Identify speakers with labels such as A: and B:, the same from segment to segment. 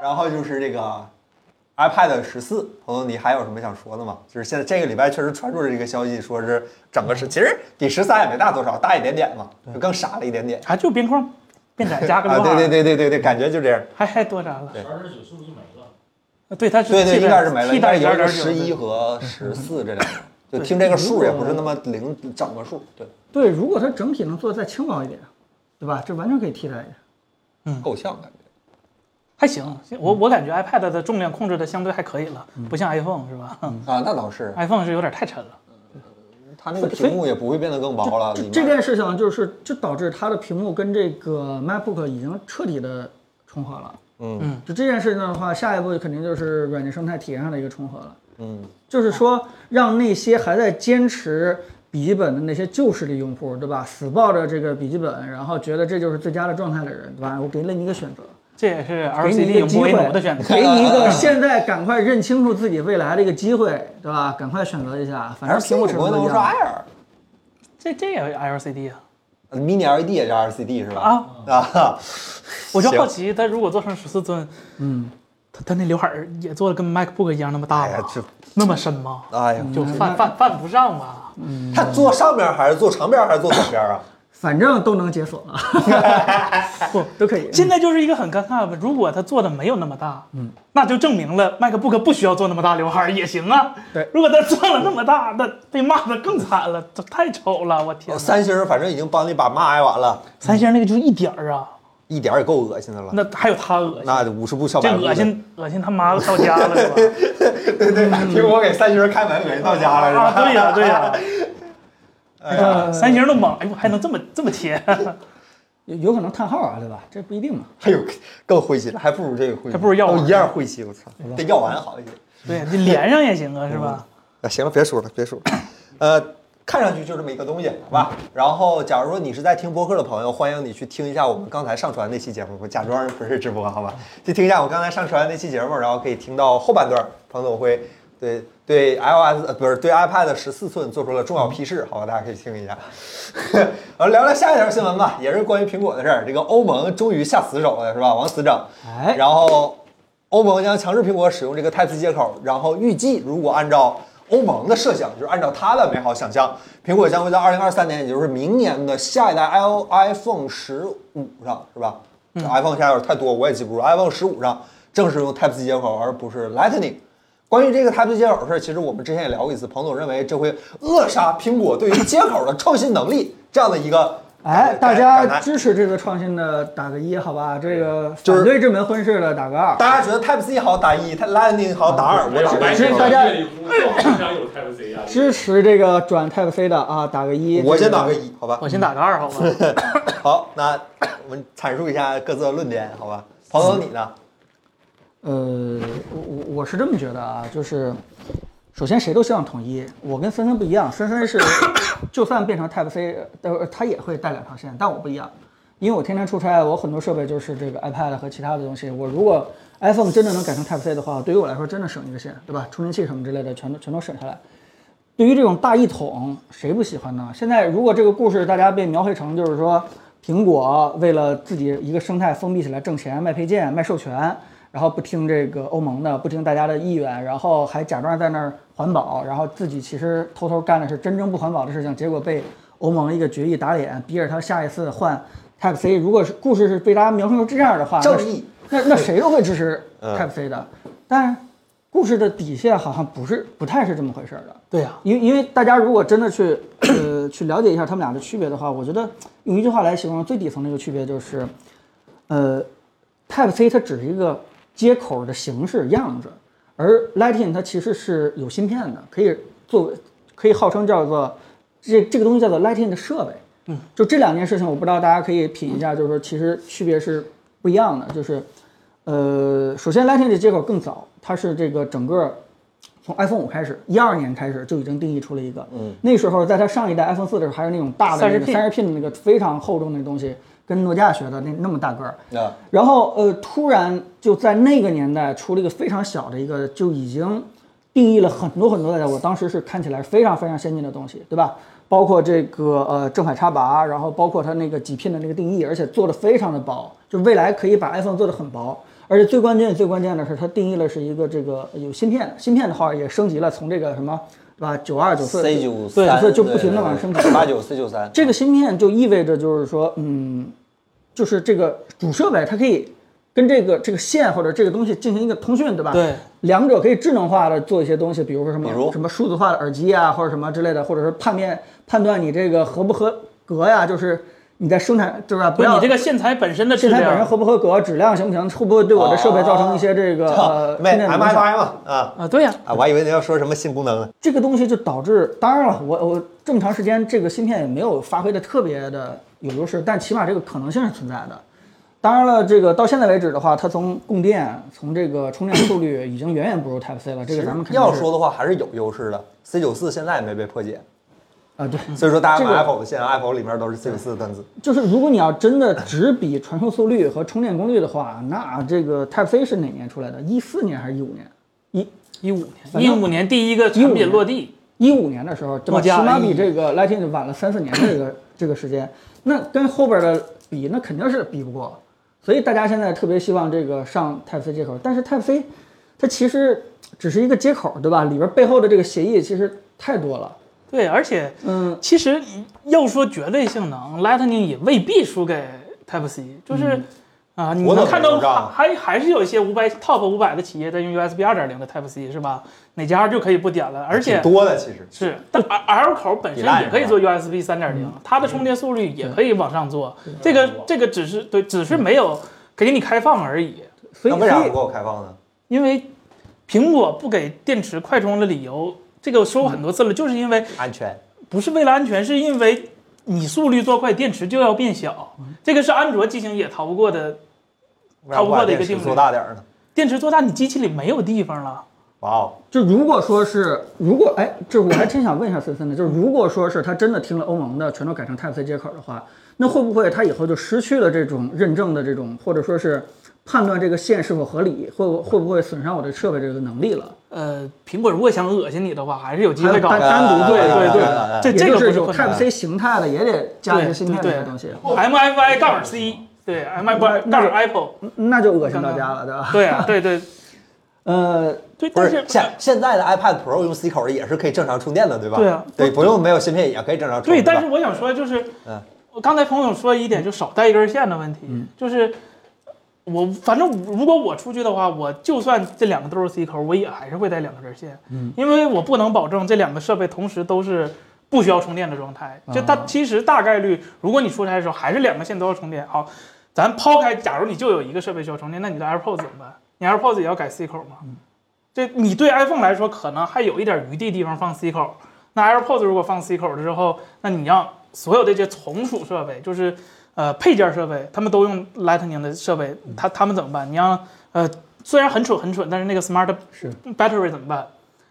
A: 然后就是这个 iPad 十四，朋友，你还有什么想说的吗？就是现在这个礼拜确实传出了这个消息，说是整个是其实比十三也没大多少，大一点点嘛，就更傻了一点点。
B: 还就边框、变窄加个
A: 啊，
B: 六号，
A: 对对，对对对对，感觉就这样。
B: 还还多啥了？
A: 对
C: 二十九是不是没了？
B: 呃对，它是
A: 对对，
B: 替
A: 应
B: 代
A: 该是没了，
B: 替
A: 应该
B: 代
A: 有
B: 点
A: 是十一和十四这两个，就
B: 对
A: 听这个数也
B: 如
A: 不
B: 果
A: 是那么零整个数，对，
D: 对，如果它整体能做得再轻薄一点，对吧？这完全可以替代的。嗯
A: 够呛感觉。
B: 还行，我我感觉 iPad 的重量控制的相对还可以了，
A: 嗯
B: 不像 iPhone 是吧、
A: 啊，那倒是，
B: i p h o n e 是有点太沉了。
A: 它那个
D: 哎所以
A: 屏幕也不会变得更薄了。
D: 这
A: 里
D: 这
A: 面
D: 件事情就是就导致它的屏幕跟这个 MacBook 已经彻底的重合了。
A: 嗯
D: 就这件事情的话，下一步肯定就是软件生态体验上的一个重合了。
A: 嗯，
D: 就是说，让那些还在坚持笔记本的那些旧式的用户，对吧？死抱着这个笔记本，然后觉得这就是最佳的状态的人，对吧？我给了你一个选择，
B: 这也是
D: 给你一
B: LCD
D: 个
B: 永
D: 机
B: 不为
D: 会
B: 奴的选择。
D: 给你 一个现在赶快认清楚自己未来的一个机会，对吧？赶快选择一下，反正
A: 而且
D: 屏幕
A: 我
D: 尺寸
A: 不
D: 都
A: 能
D: 一
A: 说哎
D: 样。
A: Air
B: 这这也 LCD 啊
A: Mini LED E 也是 LCD 是吧？
B: 啊！
A: 啊，
B: 我就
A: 行
B: 好奇，它如果做成十四寸，
D: 嗯，
B: 它它那刘海儿也做的跟 MacBook 一样那么大
A: 哎呀
B: 吗？，
A: 这
B: 那么深吗？
A: 哎呀，
B: 就犯犯犯不上吧？
A: 他坐上边还是坐长边还是坐左边 啊？
D: 反正都能解锁了， 不都可以。
B: 现在就是一个很尴尬的，如果它做的没有那么大，嗯，那就证明了 MacBook 不需要做那么大刘海儿也行啊。
D: 对，
B: 如果它做了那么大，那被骂的更惨了，这太丑了，我天
A: 哦
B: 哪！
A: 三星儿反正已经帮你把骂挨完了，
B: 三星那个就一点儿啊，
A: 一点儿也够恶心的了。
B: 那还有他恶心，
A: 那五十步笑百
B: 这
A: 步的
B: 恶，心恶心他妈到家了是吧？
A: 对对，苹果给三星儿开门恶心到家了是吧？
B: 啊，对呀、对呀、
A: 哎呀，
B: 三星都懵，哎呦，还能这么这么贴，
D: 有有可能叹号啊，对吧？这不一定嘛。
A: 还有哎更晦气了，还不如这个晦气，
B: 还不如药丸
A: 都一样晦气，我操，这药丸好一些。
B: 对，你连上也行啊，是吧？
A: 啊，行了，别说了，别说了，呃，看上去就这么一个东西，好吧？然后，假如说你是在听播客的朋友，欢迎你去听一下我们刚才上传那期节目，我假装不是直播，好吧？去听一下我刚才上传那期节目，然后可以听到后半段，彭总会对对 iOS 呃不是对 iPad 十四寸做出了重要批示，好吧？大家可以听一下。 呃，聊聊下一条新闻吧，也是关于苹果的事儿。这个欧盟终于下死手了，是吧？往死整。
D: 哎
A: 然后欧盟将强制苹果使用这个 Type C 接口，然后预计如果按照欧盟的设想，就是按照它的美好想象，苹果将会在2023年，也就是明年的下一代 i
D: 嗯
A: o iPhone 十五上，是吧、这 i p h o n e 下有点太多，我也记不住。iPhone 十五上正式用 Type C 接口，而不是 Lightning。关于这个 Type C 接口的事儿，其实我们之前也聊过一次。彭总认为这会扼杀苹果对于接口的创新能力这样的一个
D: 哎，
A: 感
D: 大
A: 感
D: 家
A: 叹
D: 支持这个创新的打个一，好吧？这个
A: 就是
D: 反对这门婚事的打个二。
A: 大家觉得 Type C 好打一，Type Lightning 好打二，我打
D: 白痴
A: 一。
D: 大家
C: 夜里呼叫经常有 Type C 啊，
D: 支持这个转 Type C 的啊，打个一。
A: 我先
D: 这
A: 打个一，好吧？
B: 我先打个二好吧？
A: 好，那我们阐述一下各自的论点，好吧？彭总，你呢？
D: 呃，我我我是这么觉得啊，就是首先谁都希望统一。我跟森森不一样，森森是就算变成 Type C，呃，他也会带两条线，但我不一样，因为我天天出差，我很多设备就是这个 iPad 和其他的东西。我如果 iPhone 真的能改成 Type C 的话，对于我来说真的省一个线，对吧？充电器什么之类的全都全都省下来。对于这种大一统，谁不喜欢呢？现在如果这个故事大家被描绘成就是说，苹果为了自己一个生态封闭起来挣钱，卖配件、卖授权，然后不听这个欧盟的，不听大家的意愿，然后还假装在那儿环保，然后自己其实偷偷干的是真正不环保的事情，结果被欧盟一个决议打脸，逼着他下一次换 Type C。如果是故事是被大家描述成这样的话，
A: 正义
D: 那那谁都会支持
A: 嗯
D: Type C 的，但故事的底线好像不是不太是这么回事儿的。
B: 对呀、
D: 因为因为大家如果真的去呃去了解一下他们俩的区别的话，我觉得用一句话来形容最底层的一个区别就是，呃，Type C 它只是一个接口的形式样子，而 Lightning 它其实是有芯片的，可以作为可以号称叫做这这个东西叫做 Lightning 的设备。嗯，就这两件事情，我不知道大家可以品一下，就是说其实区别是不一样的，就是。呃，首先 Lightning 的接口更早，它是这个整个从 iPhone 五开始，一二年开始就已经定义出了一个。嗯，那时候在它上一代 iPhone 四的时候，还是那种大的那个
B: 30P
D: 三十 P 的那个非常厚重的东西，跟诺基亚学的那那么大个儿。
A: 那
D: 然后呃，突然就在那个年代出了一个非常小的一个，就已经定义了很多很多的，我当时是看起来非常非常先进的东西，对吧？包括这个呃正反插拔，然后包括它那个几片的那个定义，而且做的非常的薄，就未来可以把 iPhone 做的很薄。而且最关键、最关键的是，它定义了是一个这个有芯片，芯片的话也升级了，从这个什么对吧，九二、九四、
A: C 九
D: 对，
A: 三
D: 所以就不停的往上升级。
A: 八九 C 九三，
D: 这个芯片就意味着就是说，嗯，就是这个主设备它可以跟这个这个线或者这个东西进行一个通讯，对吧？
B: 啊对，
D: 两者可以智能化的做一些东西，比如说什么
A: 比如
D: 什么数字化的耳机啊，或者什么之类的，或者是判面判断你这个合不合格呀、就是你在生产对吧？不
B: 对
D: 要
B: 你这个线材本身的质
D: 线材本身
B: 量
D: 合不合格，质量行不行，会不会对我的设备造成一些这个、呃
A: 没
D: 负面的影
A: M I
D: 响？
A: I 嘛啊
B: 啊，对呀，
A: 啊，我还以为你要说什么新功能呢。
D: 这个东西就导致，当然了，我我这么长时间这个芯片也没有发挥的特别的有优势，但起码这个可能性是存在的。当然了，这个到现在为止的话，它从供电、从这个充电速率已经远远不如 Type C 了。这个咱们肯定
A: 要
D: 是
A: 说的话还是有优势的，C 九四现在也没被破解，
D: 啊、对，
A: 所以说大家
D: 这
A: 买
D: 个
A: Apple 的现在 Apple 里面都是 C 九四的单子。
D: 就是如果你要真的只比传输速率和充电功率的话，那这个 Type C 是哪年出来的？一四年还是一五年？一
B: 一五
D: 反正
B: 年，一五年第一个产
D: 15年
B: 品落地，
D: 一五年的时候，对吧？
B: 诺
D: 起
B: 基亚
D: 码比
B: IE
D: 这个 Lightning 就晚了三四年这个这个时间，那跟后边的比，那肯定是比不过。所以大家现在特别希望这个上 Type C 接口，但是 Type C 它其实只是一个接口，对吧？里边背后的这个协议其实太多了。
B: 对，而且
D: 嗯，
B: 其实要说绝对性能，Lightning 也未必输给 Type C，就是啊、你
A: 我怎
B: 能
A: 么
B: 看
A: 知道
B: 到还还还是有一些五百 Top 五百的企业在用 USB 二点零的 Type C 是吧？哪家就可以不点了，而且
A: 挺多的其实。
B: 是，但 L 口本身也可以做 USB 三点零，它的充电速率也可以往上做，这个这个只是对，只是没有给你开放而已，
D: 所以
A: 那为啥
D: 所以
A: 不给我开放呢？
B: 因为苹果不给电池快充的理由，这个说过很多次了，就是因为
A: 安全。
B: 不是为了安全，是因为你速率做快，电池就要变小，这个是安卓机型也逃不过的。
A: 为啥
B: 逃不
A: 把
B: 过的一
A: 电
B: 个
A: 池
B: 定律
A: 做大点儿呢？
B: 电池做大，你机器里没有地方了。
A: 哇哦，
D: 就如果说是，如果哎，这我还真想问一下森
B: 嗯
D: 森的，就是如果说是他真的听了欧盟的，全都改成 Type C 接口的话，那会不会他以后就失去了这种认证的这种，或者说是判断这个线是否合理，会会不会损伤我的设备这个能力了？
B: 呃，苹果如果想恶心你的话，还是有机
D: 还
B: 会
D: 有
B: 搞哎
D: 单
B: 的。
D: 单独
B: 对
D: 对
B: 对
D: 对
A: 哎
B: 这
D: 也
B: 这
D: 就
B: 个不
D: 是
B: 是
D: 有
B: 困难
D: Type。C 形态的也得加一些
B: 对
D: 芯片这
B: 对
D: 些东西，
B: MFI 杠 C，对 MFI
D: 那
B: 杠
D: 就
B: Apple，
D: 那就恶心大家了，对吧？
B: 对 啊，对对嗯
D: 呃，
B: 对，
A: 不
B: 但
A: 是
B: 是
A: 现现在的 iPad Pro 用 C 口的也是可以正常充电的，对吧？
B: 对啊
A: 对，不用没有芯片也可以正常充。
B: 对，但
A: 吧
B: 是我想说就是
A: 嗯，
B: 我刚才彭总说一点，就少带一根线的问题，就是我反正如果我出去的话，我就算这两个都是 C 口，我也还是会带两根线，因为我不能保证这两个设备同时都是。不需要充电的状态，就它其实大概率，如果你出差的时候还是两个线都要充电。好，咱抛开，假如你就有一个设备需要充电，那你的 AirPods 怎么办？你 AirPods 也要改 C 口吗？这你对 iPhone 来说可能还有一点余地地方放 C 口，那 AirPods 如果放 C 口之后，那你让所有这些从属设备，就是呃配件设备，他们都用 Lightning 的设备，
D: 嗯
B: 他他们怎么办？你让呃虽然很蠢很蠢，但是那个 Smart
D: 是
B: Battery 怎么办？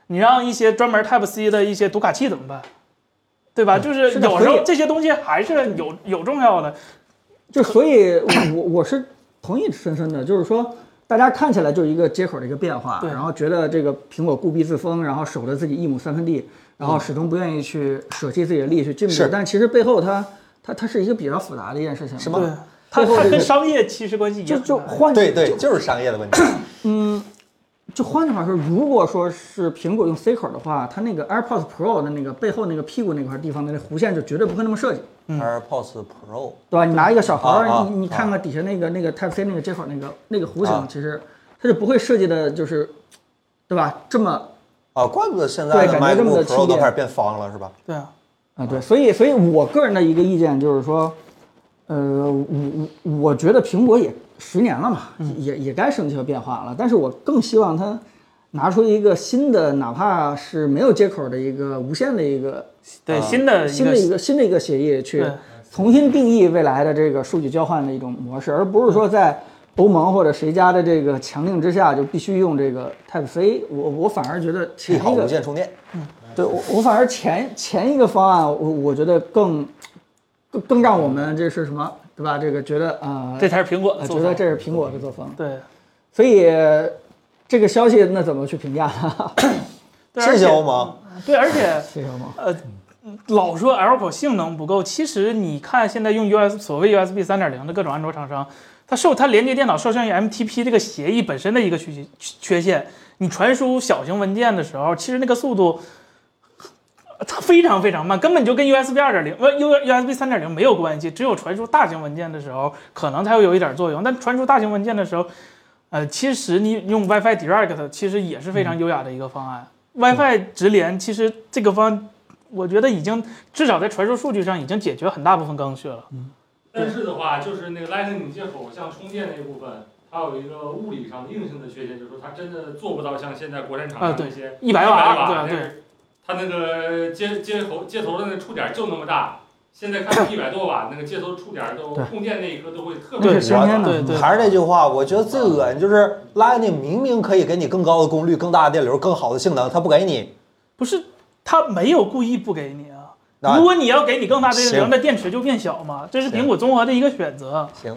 B: 你让一些专门 Type C 的一些读卡器怎么办？对吧？就是
D: 嗯是的
B: 有时
D: 所
B: 候
D: 以
B: 这些东西还是有有重要的，
D: 就所以我，我我是同意深深的，就是说，大家看起来就是一个接口的一个变化，
B: 对
D: 然后觉得这个苹果固步自封，然后守着自己一亩三分地，然后始终不愿意去舍弃自己的利益去进步，
A: 是
D: 但其实背后它它它是一个比较复杂的一件事情，
A: 什么
B: 对，它
D: 嗯最后
B: 它
D: 这个
B: 跟商业其实关系也
D: 就
B: 很
D: 就
B: 大
D: 换
A: 对对，就是商业的问题。
D: 就换句话说，如果说是苹果用 C 口的话，它那个 AirPods Pro 的那个背后那个屁股那块地方的那弧线就绝对不会那么设计，
B: 嗯
A: AirPods Pro
D: 对吧？你拿一个小孩儿，
A: 啊啊
D: 你你看看底下那个那个 Type C 那个接口那个那个弧
A: 啊
D: 形，其实它就不会设计的，就是，对吧？这么
A: 啊，怪不得现在
D: 对
A: 的
D: 感觉这么
A: MacBook
D: 的区
A: Pro
D: 别
A: 都开始变方了，是吧？
B: 对啊，
D: 啊，对，所以所以我个人的一个意见就是说，呃，我我我觉得苹果也十年了嘛，也也该升级和变化了，但是我更希望它拿出一个新的，哪怕是没有接口的一个无线的一个
B: 对新的一
D: 啊新的
B: 个
D: 一个新的一个协议去
B: 对
D: 重新定义未来的这个数据交换的一种模式，而不是说在欧盟或者谁家的这个强令之下就必须用这个 Type C。我我反而觉得前
A: 利好
D: 一个
A: 无线充电。
D: 对我我反而前前一个方案，我我觉得更更更让我们这是什么对吧？这个觉得啊、
B: 这才是苹果的
D: 呃，
B: 做
D: 觉
B: 法
D: 得这是苹果的作风，
B: 对。
D: 所以这个消息那怎么去评价呢？
B: 对
A: 谢谢
B: 而且嗯
A: 欧盟
B: 对，而且
D: 谢谢吗？
B: 呃，老说 L 口性能不够，其实你看现在用 US 所谓 USB 三点零的各种安卓厂商，它受它连接电脑受限于 MTP 这个协议本身的一个缺缺缺陷。你传输小型文件的时候，其实那个速度呃它非常非常慢，根本就跟 USB 二点零不 U USB 三点零没有关系。只有传输大型文件的时候，可能才会有一点作用。但传输大型文件的时候，呃，其实你用 WiFi Direct 其实也是非常优雅的一个方案。WiFi 直连其实这个方案，我觉得已经至少在传输数据上已经解决很大部分刚需了。
C: 但是的话，就是那个 Lightning 接口，像充电那部分，它有一个物理上的硬性的缺陷，就是说它真的做不到像现在国产厂
B: 啊
C: 商
B: 对
C: 那些
B: 一百
C: 瓦，
B: 瓦，对啊
C: 那
B: 对。
C: 是它那个接接头接头的那个触点就那么大。现在看一百多瓦，那个接头触点都
D: 对
C: 充电那一刻都会特
D: 那
C: 别
D: 是
A: 我
D: 先天的，
B: 对对
A: 还是那句话，我觉得最恶心就是 Lightning 明明可以给你更高的功率、更大的电流、更好的性能，它不给你。
B: 不是，他没有故意不给你啊。
A: 那
B: 如果你要给你更大的电流，
A: 行
B: 那电池就变小嘛，这是
A: 行
B: 苹果综合的一个选择。
A: 行，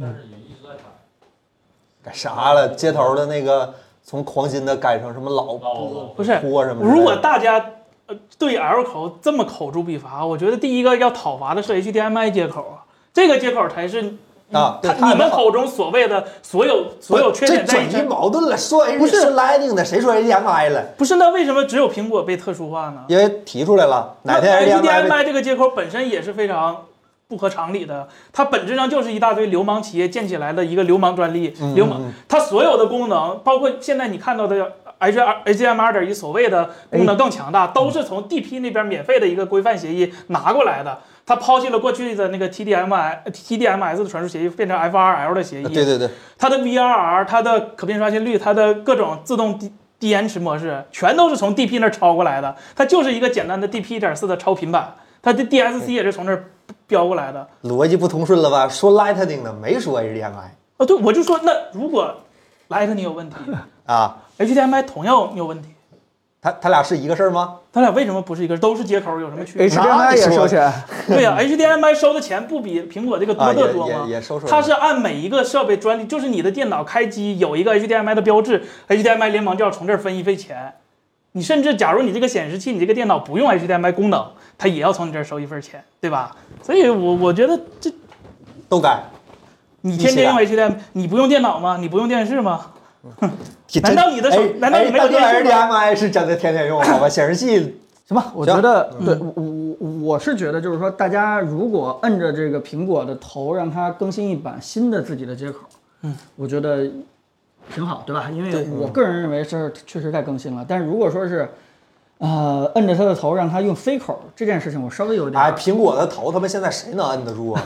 C: 但是也一直在打。
A: 改啥了？街头的那个从黄金的改成什么老
C: 老
B: 不是
A: 坡什么之类的？
B: 如果大家呃对 L 口这么口诛笔伐，我觉得第一个要讨伐的是 HDMI 接口啊，这个接口才是
A: 啊对
B: 他
A: 它
B: 你们口中所谓的所有所有缺
A: 这
B: 点在
A: 转
B: 一
A: 移
B: 身。
A: 矛盾了，说人
B: 不是
A: 是 Lightning 的，谁说 HDMI 了？
B: 不是，那为什么只有苹果被特殊化呢？
A: 因为提出来了，哪天 HDMI 被
B: HDMI 这个接口本身也是非常不合常理的，它本质上就是一大堆流氓企业建起来的一个流氓专利，
A: 嗯
B: 流氓
A: 嗯
B: 它所有的功能，包括现在你看到的 H HDMI 二点一所谓的
A: 哎
B: 功能更强大，都是从 DP 那边免费的一个规范协议拿过来的。它抛弃了过去的那个 TDMI、TDMS 的传输协议，变成 FRL 的协议。
A: 嗯啊对对对，
B: 它的 VRR、它的可变刷新率、它的各种自动低低延迟模式，全都是从 DP 那儿抄过来的。它就是一个简单的 DP 一点四的超频版，它的 DSC 也是从那儿标过来的。
A: 逻辑不通顺了吧？说 Lightning 的没说 HDMI
B: 哦，对，我就说那如果 Lightning 有问题
A: 啊，
B: ，HDMI 同样有问题，
A: 它它俩是一个事儿吗？
B: 它俩为什么不是一个？都是接口，有什么区 别？
D: HDMI 也收钱，
B: 对呀、h d m i 收的钱不比苹果这个
A: 啊，
B: 多得
A: 也
B: 多吗？
A: 也也收收。
B: 它是按每一个设备专利，就是你的电脑开机有一个 HDMI 的标志，HDMI 联盟就要从这儿分一分钱。你甚至假如你这个显示器，你这个电脑不用 HDMI 功能，它也要从你这儿收一份钱，对吧？所以我我觉得这
A: 都改，
B: 你天天用
A: 一
B: HDMI，你不用电脑吗？你不用电视吗？
A: 挺
B: 难道你的手
A: 哎
B: 难道你
A: 哎
B: 没有
A: 当年
B: 电视
A: HDMI 是真的天天 用好吧？显示器
D: 行吧，我
A: 行嗯
D: 觉得对我我我我是觉得就是说，大家如果摁着这个苹果的头，让它更新一版新的自己的接口，嗯，我觉得挺好，对吧？因为
B: 对
D: 我
A: 嗯
D: 个人认为是确实该更新了，但是如果说是。呃，摁着它的头，让它用 C 口这件事情，我稍微有点，
A: 哎，苹果的头他妈现在谁能摁得住 啊？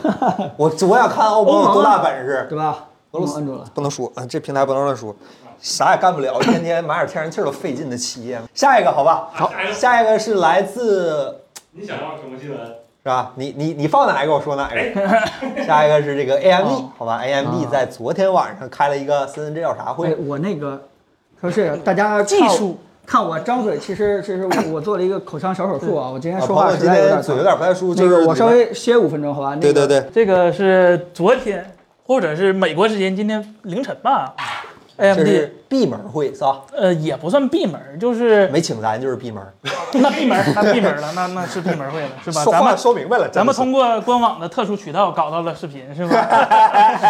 A: 我我想看欧盟有多大本事，
D: 对吧？
A: 俄罗斯
D: 我摁住了。
A: 不能说，啊这平台不能乱说，啥也干不了，天天买点天然气儿都费劲的企业。下一个好吧，
C: 好下一个
A: 下一个是来自
C: 你想要什么新闻？
A: 是吧？你你你放哪一个，我说哪一个。下一个是这 个 AMD，、
D: 哎哦
A: 好吧？AMD
D: 啊
A: 在昨天晚上开了一个 CNC 调查
D: 哎
A: 会，，
D: 我那个说是大家看
B: 技
D: 我
B: 术
D: 看我张嘴，其实其实 我我做了一个口腔小手术啊，我今天
A: 啊朋
D: 说话
A: 友
D: 实
A: 今
D: 在有点
A: 天
D: 儿
A: 嘴
D: 疼
A: 有点不太舒服，就
D: 那
A: 是
D: 个我
A: 里
D: 稍
A: 面
D: 微歇五分钟，好吧？那
A: 对对
D: 个，
A: 对，
B: 这个是昨天或者是美国时间今天凌晨吧
A: 这
B: ，AMD
A: 是闭门会是吧？
B: 呃也不算闭门，就是
A: 没请咱就是闭门，
B: 那闭门那闭门了，那那是闭门会了是 吧？
A: 说
B: 咱们
A: 话说明白了，
B: 咱们
A: 真的
B: 通
A: 是
B: 过官网的特殊渠道搞到了视频，是吧？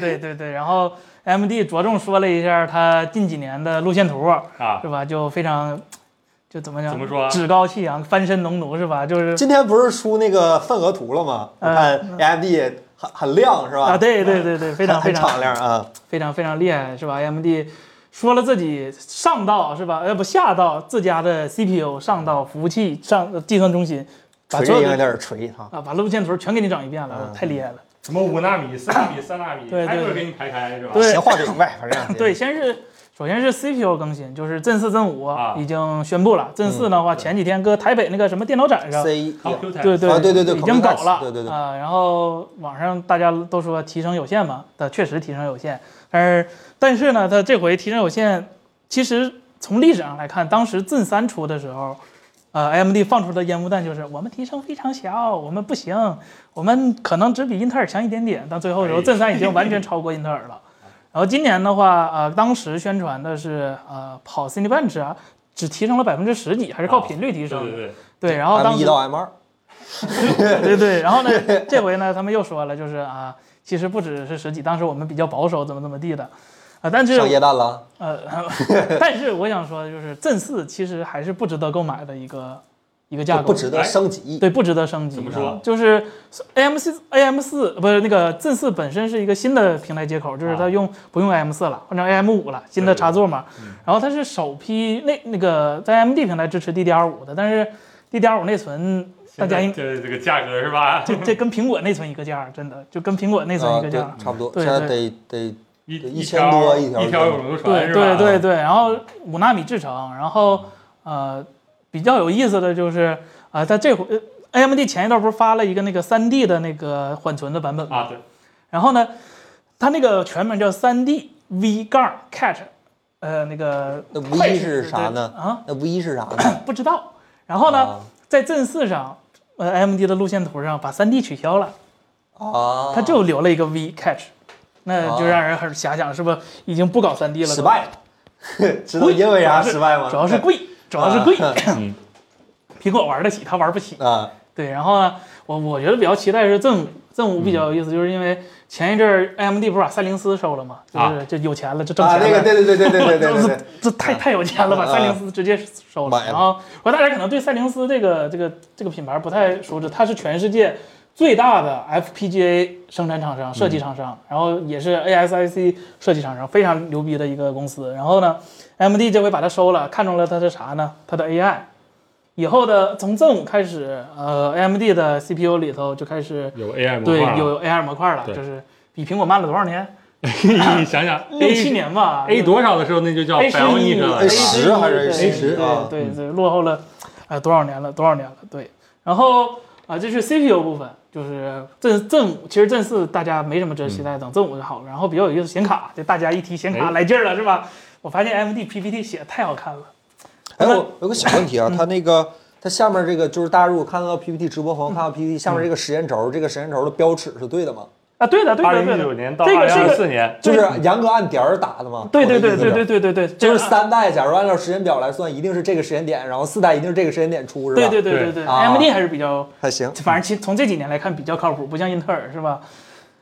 B: 对对对，然后 M D 着重说了一下他近几年的路线图，
C: 啊，
B: 是吧？就非常，就怎么讲？
C: 怎么说啊
B: 趾高气扬，翻身农奴，是吧？就是
A: 今天不是出那个份额图了吗？
D: 嗯
A: 我看 AMD 很很亮是
B: 啊，
A: 吧？
B: 对对对对，非常非
A: 很很
B: 常
A: 敞亮啊，
B: 非常非常厉害，是吧？AMD 说了自己上到是吧？呃不下到自家的 CPU 上到服务器上呃计算中心，把
A: 锤
B: 所
A: 应
B: 有
A: 该
B: 的
A: 在这锤哈。
B: 啊把路线图全给你整一遍了，
A: 嗯
B: 太厉害了。
C: 什么五纳米、四纳米、三纳米，
B: 对对
C: 挨个儿给你排开是吧？
B: 对
A: 闲话明白，反正
B: 对，先是首先是 CPU 更新，就是 Zen 四、Zen 五
C: 啊
B: 已经宣布了。Zen 四的话，
C: 对
B: 前几天搁台北那个什么电脑展上，
A: C
C: ，computer
B: 对对
A: 啊对对对
B: 已经搞
A: Computex，
B: 了，
A: 对对对
B: 啊。然后网上大家都说提升有限嘛，它确实提升有限，但是但是呢，它这回提升有限，其实从历史上来看，当时 Zen 三出的时候。呃，AMD 放出的烟雾弹就是我们提升非常小，我们不行，我们可能只比英特尔强一点点，但最后的时候
C: 哎
B: Zen 三已经完 全超过英特尔了。然后今年的话，呃，当时宣传的是呃跑 Cinebench 啊，只提升了百分之十几，还是靠频率提
C: 对
B: 升的。
C: 哦对对，
B: 对，然后当
A: M 一
B: 时
A: 到 M 二，
B: 对对，然后呢，这回呢，他们又说了，就是啊，其实不只是十几，当时我们比较保守，怎么怎么地的，啊、但是
A: 上液氮了，
B: 呃， 但是我想说，就是正四其实还是不值得购买的一个一个价格，哎
A: 不值得升级。
B: 对，不值得升级。啊
C: 怎么说？
B: 就是 AM 四 AM 四不是那个 Zen 四本身是一个新的平台接口，就是
C: 啊
B: 它用、不用 AM 四了，换成 AM 五了，新的插座嘛。
C: 嗯
B: 然后它是首批那那个在 AMD 平台支持 DDR 五的，但是 DDR 五内存大家应
C: 这这个价格是吧？
B: 这这跟苹果内存一个价儿，真的就跟苹果内存
A: 啊，
B: 一个
A: 对
B: 价儿。，
A: 差不多，
B: 对
A: 现在得得
C: 一
A: 对
C: 一
A: 一千多
C: 一
A: 一条
C: 条永流传
B: 对
C: 是吧？
B: 对
A: 啊
B: 对对，然后五纳米制程，然后
A: 嗯
B: 呃比较有意思的就是啊，它这回呃 AMD 前一段不是发了一个那个3 D 的那个缓存的版本吗？
C: 啊，对，
B: 然后呢，它那个全名叫3 D V 杠 Catch，呃，那个
A: 那 V
B: 快
A: 是啥呢
B: 对啊，
A: 那 V 是啥呢？
B: 不知道。然后呢，
A: 啊
B: 在 Zen 4上，呃，AMD 的路线图上把3 D 取消了，
A: 啊，
B: 它就留了一个 V Catch，那就
A: 啊
B: 让人很遐想，是不是已经不搞3 D 了？
A: 失败了， 知道因为啥失败吗？
B: 主要是贵，主要是贵。
C: 嗯
B: 苹果玩得起，它玩不起。
A: 啊，
B: 对，然后呢，我我觉得比较期待是 Zen 五，Zen 五比较有意思，就是因为前一阵儿 AMD 不是把三零四收了嘛，就
C: 啊
B: 是就有钱了， 就挣
A: 啊
B: 钱了。
A: 那个对对对对对对 对对
B: 这，这太太有钱了吧！
A: 啊
B: 赛灵思直接收了
A: 买。了
B: 然后，我大家可能对赛灵思这个这个这个品牌不太熟知，它是全世界最大的 FPGA 生产厂商、
A: 嗯
B: 设计厂商，然后也是 ASIC 设计厂商，非常牛逼的一个公司。然后呢，AMD 这回把它收了，看中了它是啥呢？它的 AI。以后的从 Zen 五开始，呃，AMD 的 CPU 里头就开始
C: 有 AI 模
B: 对
C: 块啊，
B: 有 AI 模块了，
C: 对
B: 就是比苹果慢了多少年？
C: 你想想
A: 嗯
B: 六七
C: A
B: 年吧
C: A 多少的时候那就叫
B: A 十
C: Bionic
B: 一
C: 了
A: 哎
C: 是吧
A: A10 还是 A10 啊
B: 对对对，落后了，呃，多少年了？多少年了？对。然后啊，这是 CPU 部分，就是正正，其实正四大家没什么值得
A: 嗯
B: 期待，等正五就好了。然后比较有意思，显卡，这大家一提显卡
C: 哎
B: 来劲儿了，是吧？我发现 AMD PPT 写的太好看了，
A: 哎，我
B: 嗯
A: 有个小问题啊，它那个它下面这个就是大家如果看到 PPT 直播朋友看到 PPT 下面这
B: 嗯
A: 个时间轴，这个时间轴的标尺是对的吗？
B: 啊，对的，对
C: 二
B: 的，对
C: 零一九
B: 的。
C: 年到
B: 这个
C: 二零
B: 这
C: 二
B: 个
C: 四年，
A: 就是严格按点儿打的吗？
B: 对对
A: 我的意
B: 对
A: 思
B: 对对对对对，
A: 就是
B: 这
A: 三代，假如按照时间表来算，一定是这个时间点，然后四代一定是这个时间点出，是吧？
B: 对对对对对
A: 啊
B: ，AMD 还是比较
A: 还行。
B: 反正其从这几年来看比较靠谱，不像英特尔是吧？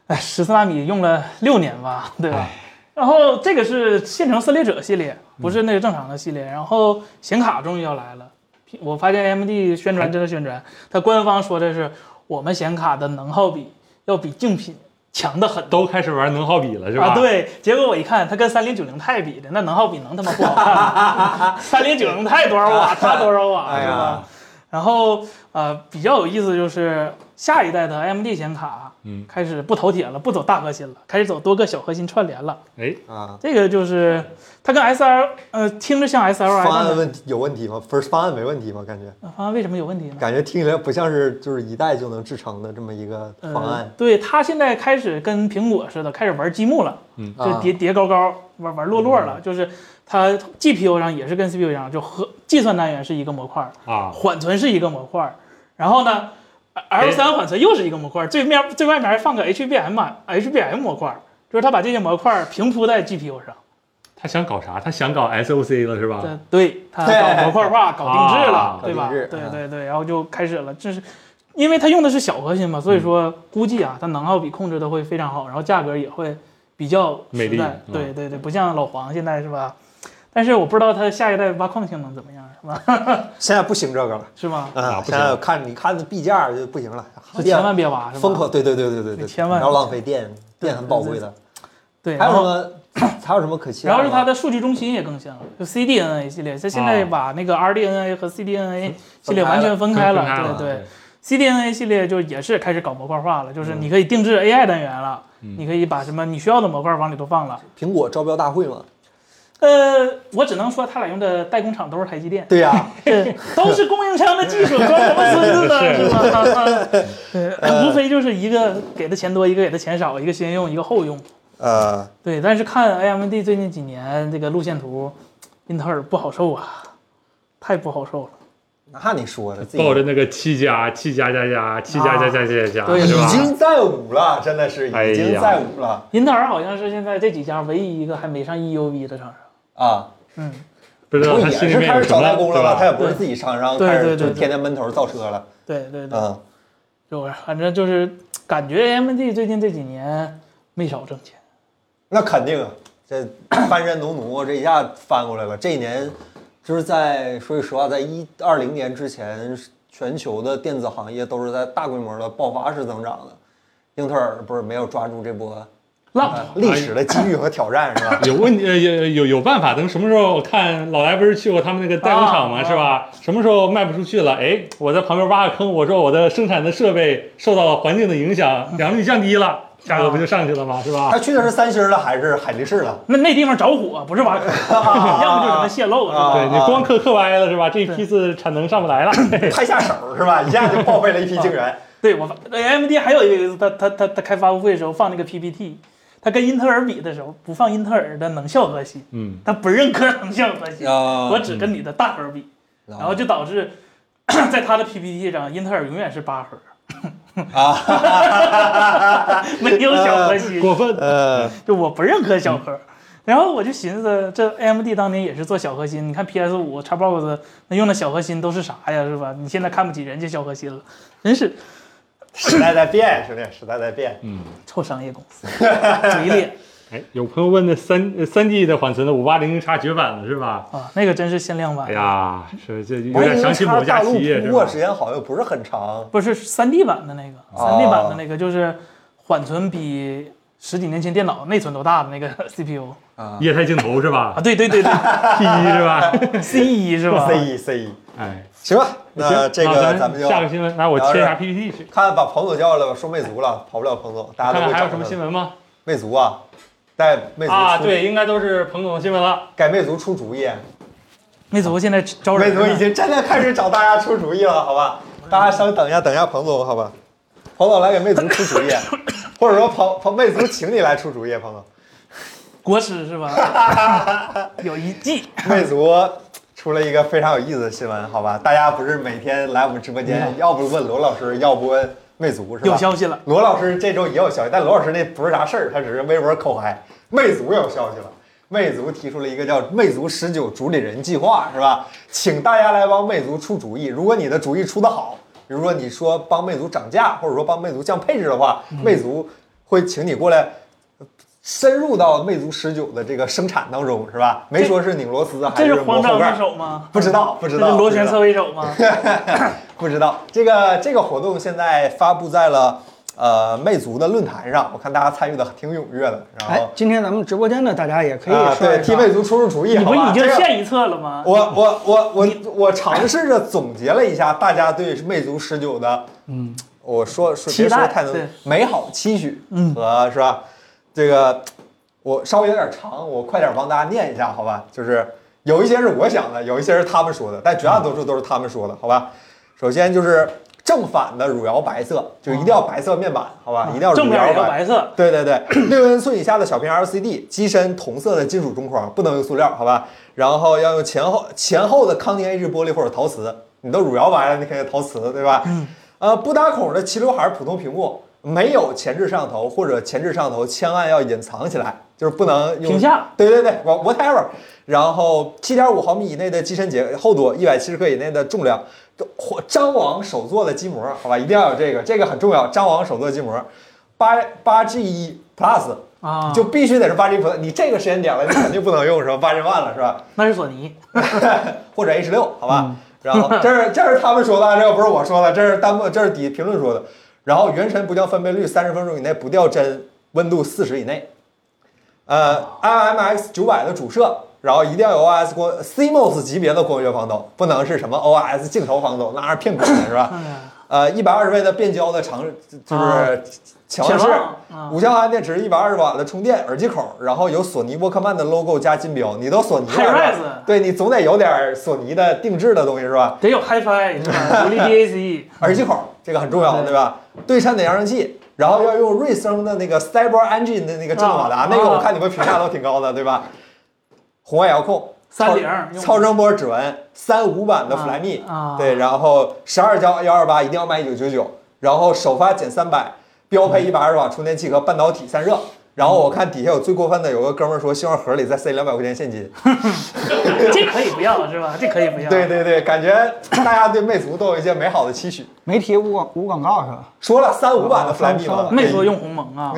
B: 哎，十四纳米用了六年吧，对吧？然后这个是线程撕裂者系列，不是那个正常的系列。然后显卡终于要来了，我发现 AMD 宣传真的宣传，它官方说的是我们显卡的能耗比要比竞品强的很多。
C: 都开始玩能耗比了是吧？
B: 啊，，对，结果我一看，它跟三零九零钛比的，那能耗比能他妈不好看 吗？三零九零钛多少瓦，它多少瓦，
A: 哎
B: 是吧
A: 呀？
B: 然后呃，比较有意思就是下一代的 AMD 显卡，
C: 嗯，
B: 开始不头铁了，不走大核心了，开始走多个小核心串联了。
C: 哎，
A: 啊，
B: 这个就是它跟 S L 呃，听着像 S L
A: 方
B: I
A: 案
B: 的
A: 问题有问题吗？不是方案没问题吗？感觉
B: 方案为什么有问题呢？
A: 感觉听起来不像是就是一代就能制成的这么一个方
B: 呃
A: 案。、
B: 对它现在开始跟苹果似的，开始玩积木了。就
A: 啊
B: 叠叠高高，玩玩落落了，就是它 GPU 上也是跟 CPU 一样，就和计算单元是一个模块儿，
C: 啊，
B: 缓存是一个模块儿，然后呢，L 三缓存又是一个模块儿，最面最外面还放个 HBM 啊 HBM 模块儿，就是它把这些模块儿平铺在 GPU 上，
C: 他想搞啥？他想搞 SOC 了是吧？
B: 对对，它
A: 对
B: 搞模块化、搞定制了
C: 啊，
B: 对
A: 搞
B: 吧？
A: 定制
B: 对
A: 嗯
B: 对对，然后就开始了，这是。因为它用的是小核心嘛，所
C: 嗯
B: 以说估计啊，它能耗比控制的会非常好，然后价格也会比较
C: 美
B: 实
C: 丽
B: 在。
C: 嗯
B: 对对对，不像老黄现在是吧？但是我不知道它下一代挖矿性能怎么样，是吧？
A: 现在不行这个了
B: 是吧？
A: 啊
C: 啊不
A: 现
C: 行
A: 在看你看币价就不行了，
B: 是千万别挖，是吧？
A: 疯狂，对对对对对对，
B: 千万
A: 不要浪费电，
B: 对
A: 电很宝贵的。
B: 对，
A: 还有
B: 然
A: 什
B: 后
A: 么？还有什么可期待
B: 然
A: 的
B: 后
A: 吗？
B: 是它的数据中心也更新了，就 CDNA 系列，它现在
C: 啊
B: 把那个 RDNA 和 CDNA 系列完全哦分
C: 分
B: 开了，
C: 分开
B: 对嗯对。CDNA 系列就也是开始搞模块化了，就是你可以定制 AI 单元了，你可以把什么你需要的模块往里头放了。
A: 苹果招标大会嘛？
B: 呃，我只能说他俩用的代工厂都是台积电，
A: 对 呀，
B: 这 都是供应商的技术，装什么孙子呢？是吧？ 对，无非就是一个给的钱多，一个给的钱少，一个先用，一个后用。
A: 呃，
B: 对，但是看 AMD 最近几年这个路线图，英特尔不好受啊，太不好受了。
A: 那你说的自己
C: 抱着那个七加七加加加七加加加加加，
B: 对
C: 是
A: 已
C: 吧？
A: 经在五了，真的是已
C: 哎
A: 经
C: 呀
A: 在五了
B: 英特尔好像是现在这几家唯一一个还没上 EUV 的厂商。
A: 啊！
B: 嗯，
C: 不知道
A: 不
C: 他
A: 也
C: 心里
A: 是
C: 面
A: 开
C: 有
A: 始
C: 什
A: 找
C: 么，
A: 代工了
C: 对
A: 吗？他也
C: 吧？
A: 不是自己上商，
B: 对
A: 开
B: 对
A: 始
B: 对
A: 就
B: 对
A: 天天闷头造车了。
B: 对对对。
A: 嗯，
B: 对吧？反正就是感觉 AMD 最近这几年没少挣钱。
A: 那肯定啊，这翻山农奴这一下翻过来了。这一年就是在说句实话，在一二零年之前，全球的电子行业都是在大规模的爆发式增长的。英特尔不是没有抓住这波
B: 浪
A: 呃历史的机遇和挑战，是 吧？
C: 有问题，呃，有有有办法。等什么时候我看老来不是去过他们那个代工厂嘛，
B: 啊
C: 是吧？什么时候卖不出去了？哎，我在旁边挖个坑，我说我的生产的设备受到了环境的影响，
A: 嗯
C: 良率降低了，价格不就上去了吗？是吧
A: 他？去的是三星儿的还是海力士的？
B: 那那地方着火，不是挖坑， 要不就是它泄漏了，是吧？
C: 对你
A: 啊
C: 光磕磕歪了是吧？这一
B: 对
C: 批次产能上不来了。哎
A: 太下手是吧？一下就报废了一批晶圆。
B: 对我发，AMD 还有一个，他他他他开发布会的时候放那个 PPT，他跟英特尔比的时候不放英特尔的能效核心，
C: 嗯，
B: 他不认可能效核心，
A: 啊
B: 我只跟你的大核比，然后就导致 在他的 PPT 上，英特尔永远是八核，
A: 啊，
B: 没有小核心，
C: 啊过分。嗯
A: 呃，
B: 就我不认可小核。然后我就寻思，这 AMD 当年也是做小核心，你看 PS 五、Xbox 那用的小核心都是啥呀，是吧？你现在看不起人家小核心了，真是
A: 时代在变，兄弟，时代在变。
C: 嗯
B: 臭商业公司，嘴脸
C: 哎，有朋友问那三呃三 G 的缓存的五八零零叉绝版了是吧？
B: 啊，那个真是限量版
C: 哎。呀，是这有点想起某
A: 大
C: 家
A: 陆
C: 企业
A: 通
C: 是
A: 过
C: 吧？
A: 时间好像不是很长，
B: 不是三 D 版的那个，
A: 哦
B: 三 D 版的那个就是缓存比十几年前电脑内存都大的那个 CPU
C: 液态镜头是
B: 啊，
C: 吧
B: 对对对对
C: ？T 一是
A: 啊
C: 吧？
B: ，C 一是吧
A: C E C E，
C: 哎，
A: 行吧，那
C: 行
A: 呃这
C: 那
A: 个咱们就
C: 下个新闻，来我
A: 聊
C: 切一
A: 这
C: 下
A: 儿
C: PPT 去。
A: 看把彭总叫来吧，说魅族了，跑不了彭总，大家都
C: 看看
A: 会
C: 还有
A: 找
C: 什么新
A: 他。
C: 闻吗？
A: 魅族啊，带魅族
C: 啊，
A: 出
C: 对，应该都是彭总的新闻了。
A: 给魅族出主意，
B: 魅族现在招
A: 魅
B: 人呢，
A: 族已经真的开始找大家出主意了，好吧？大家稍等一下，等一下彭总，好吧？彭总来给魅族出主意，或者说彭彭魅族请你来出主意，彭总。
B: 国师是吧？ 有一计，
A: 魅族出了一个非常有意思的新闻，好吧？大家不是每天来我们直播间，要不问罗老师，要不问魅族，是吧？
B: 有消息了。
A: 罗老师这周也有消息，但罗老师那不是啥事儿，他只是微博口嗨。魅族有消息了，魅族提出了一个叫“魅族十九主理人计划”，是吧？请大家来帮魅族出主意。如果你的主意出得好，比如说你说帮魅族涨价，或者说帮魅族降配置的话，
B: 嗯
A: 魅族会请你过来。深入到魅族十九的这个生产当中，是吧？没说是拧螺丝啊还
B: 这
A: 是
B: 是
A: 磨
B: 慌
A: 后
B: 张
A: 盖
B: 之
A: 儿，
B: 手吗？
A: 不知道，不
B: 这
A: 知
B: 是
A: 道。
B: 螺
A: 不知
B: 旋
A: 道
B: 侧位 手吗？
A: 不知道这个这个活动现在发布在了呃魅族的论坛上，我看大家参与的挺踊跃的。然
D: 哎
A: 后，
D: 今天咱们直播间的大家也可以
A: 啊，
D: 说
A: 对，
D: 一
A: 替
D: 说
A: 魅族出出主意，
B: 你
A: 好
B: 不
A: 吧？
B: 已经
A: 这个
B: 献一册了吗？
A: 我我我我我尝试着总结了一下大家对魅族十九的，嗯，我说说别
B: 期
A: 说
B: 待
A: 太多
B: 对
A: 美好期许，嗯和是吧？这个我稍微有点长，我快点帮大家念一下，好吧？就是有一些是我想的，有一些是他们说的，但绝大多数都是他们说的，好吧？首先就是正反的汝窑白色，就一定要白色面板，好吧？一定要
B: 嗯正
A: 汝
B: 面
A: 窑
B: 也要白色，
A: 对对对， 六英寸以下的小屏 LCD，机身同色的金属中框，不能用塑料，好吧？然后要用前后前后的康宁 A 质玻璃或者陶瓷，你都汝窑完了，你肯定陶瓷对吧？嗯。呃，不打孔的齐刘海普通屏幕，没有前置摄像头或者前置摄像头千万要隐藏起来，就是不能用
B: 屏下。
A: 对对对，wha-，whatever。然后七点五毫米以内的机身结厚度，一百七十克以内的重量，或张王手做的机模，好吧，一定要有这个，这个很重要。张王手做机模，八八 G 一 Plus
B: 啊
A: 就必须得是八 G Plus，你这个时间点了，你肯定不能用什么八 G One 了，是吧？
B: 那是索尼。
A: 或者 A 十六，好吧？然后这是这是他们说的啊，这个不是我说的，这是弹幕这是底评论说的。然后原神不降分辨率，三十分钟以内不掉帧，温度四十以内。呃，IMX 九百的主摄，然后一定要有 OS 光 CMOS 级别的光学防抖，不能是什么 OS 镜头防抖，那玩意儿骗鬼的是吧？
B: 哎呀
A: 呃，一百二十位的变焦的长就是强
B: 潜
A: 视
B: 望啊
A: 五千毫安电池，一百二十瓦的充电耳机孔，然后有索尼沃克曼的 logo 加金标，你都索尼了是吧
B: Hi-Res
A: 对你总得有点索尼的定制的东西是吧？
B: 得有 HiFi 是吧？独立 DAC，
A: 耳机孔这个很重要，
B: 嗯对
A: 对吧？对称的扬声器，然后要用瑞声的那个 Cyber Engine 的那个震动马达，
B: 啊
A: 那个
B: 啊
A: 我看你们评价都挺高的，对吧？红外遥控，
B: 三菱
A: 超
B: 用
A: 超声波指纹，三五版的 Flyme，、
B: 啊啊
A: 对，然后十二加幺二八一定要
B: 嗯
A: 卖一九九九，然后首发减三百，标配一百二十瓦充电器和半导体散热，然后我看底下有最过分的，有个哥们儿说希望盒里再塞两百块钱现金。
B: 这可以不要是吧？这可以不要。
A: 对对对，感觉大家对魅族都有一些美好的期许。
D: 媒体无广无广告是吧？
A: 说了三五版的
D: 哦三
A: Flyme
D: 三
A: 嘛
D: 版，
B: 魅族用鸿蒙 啊，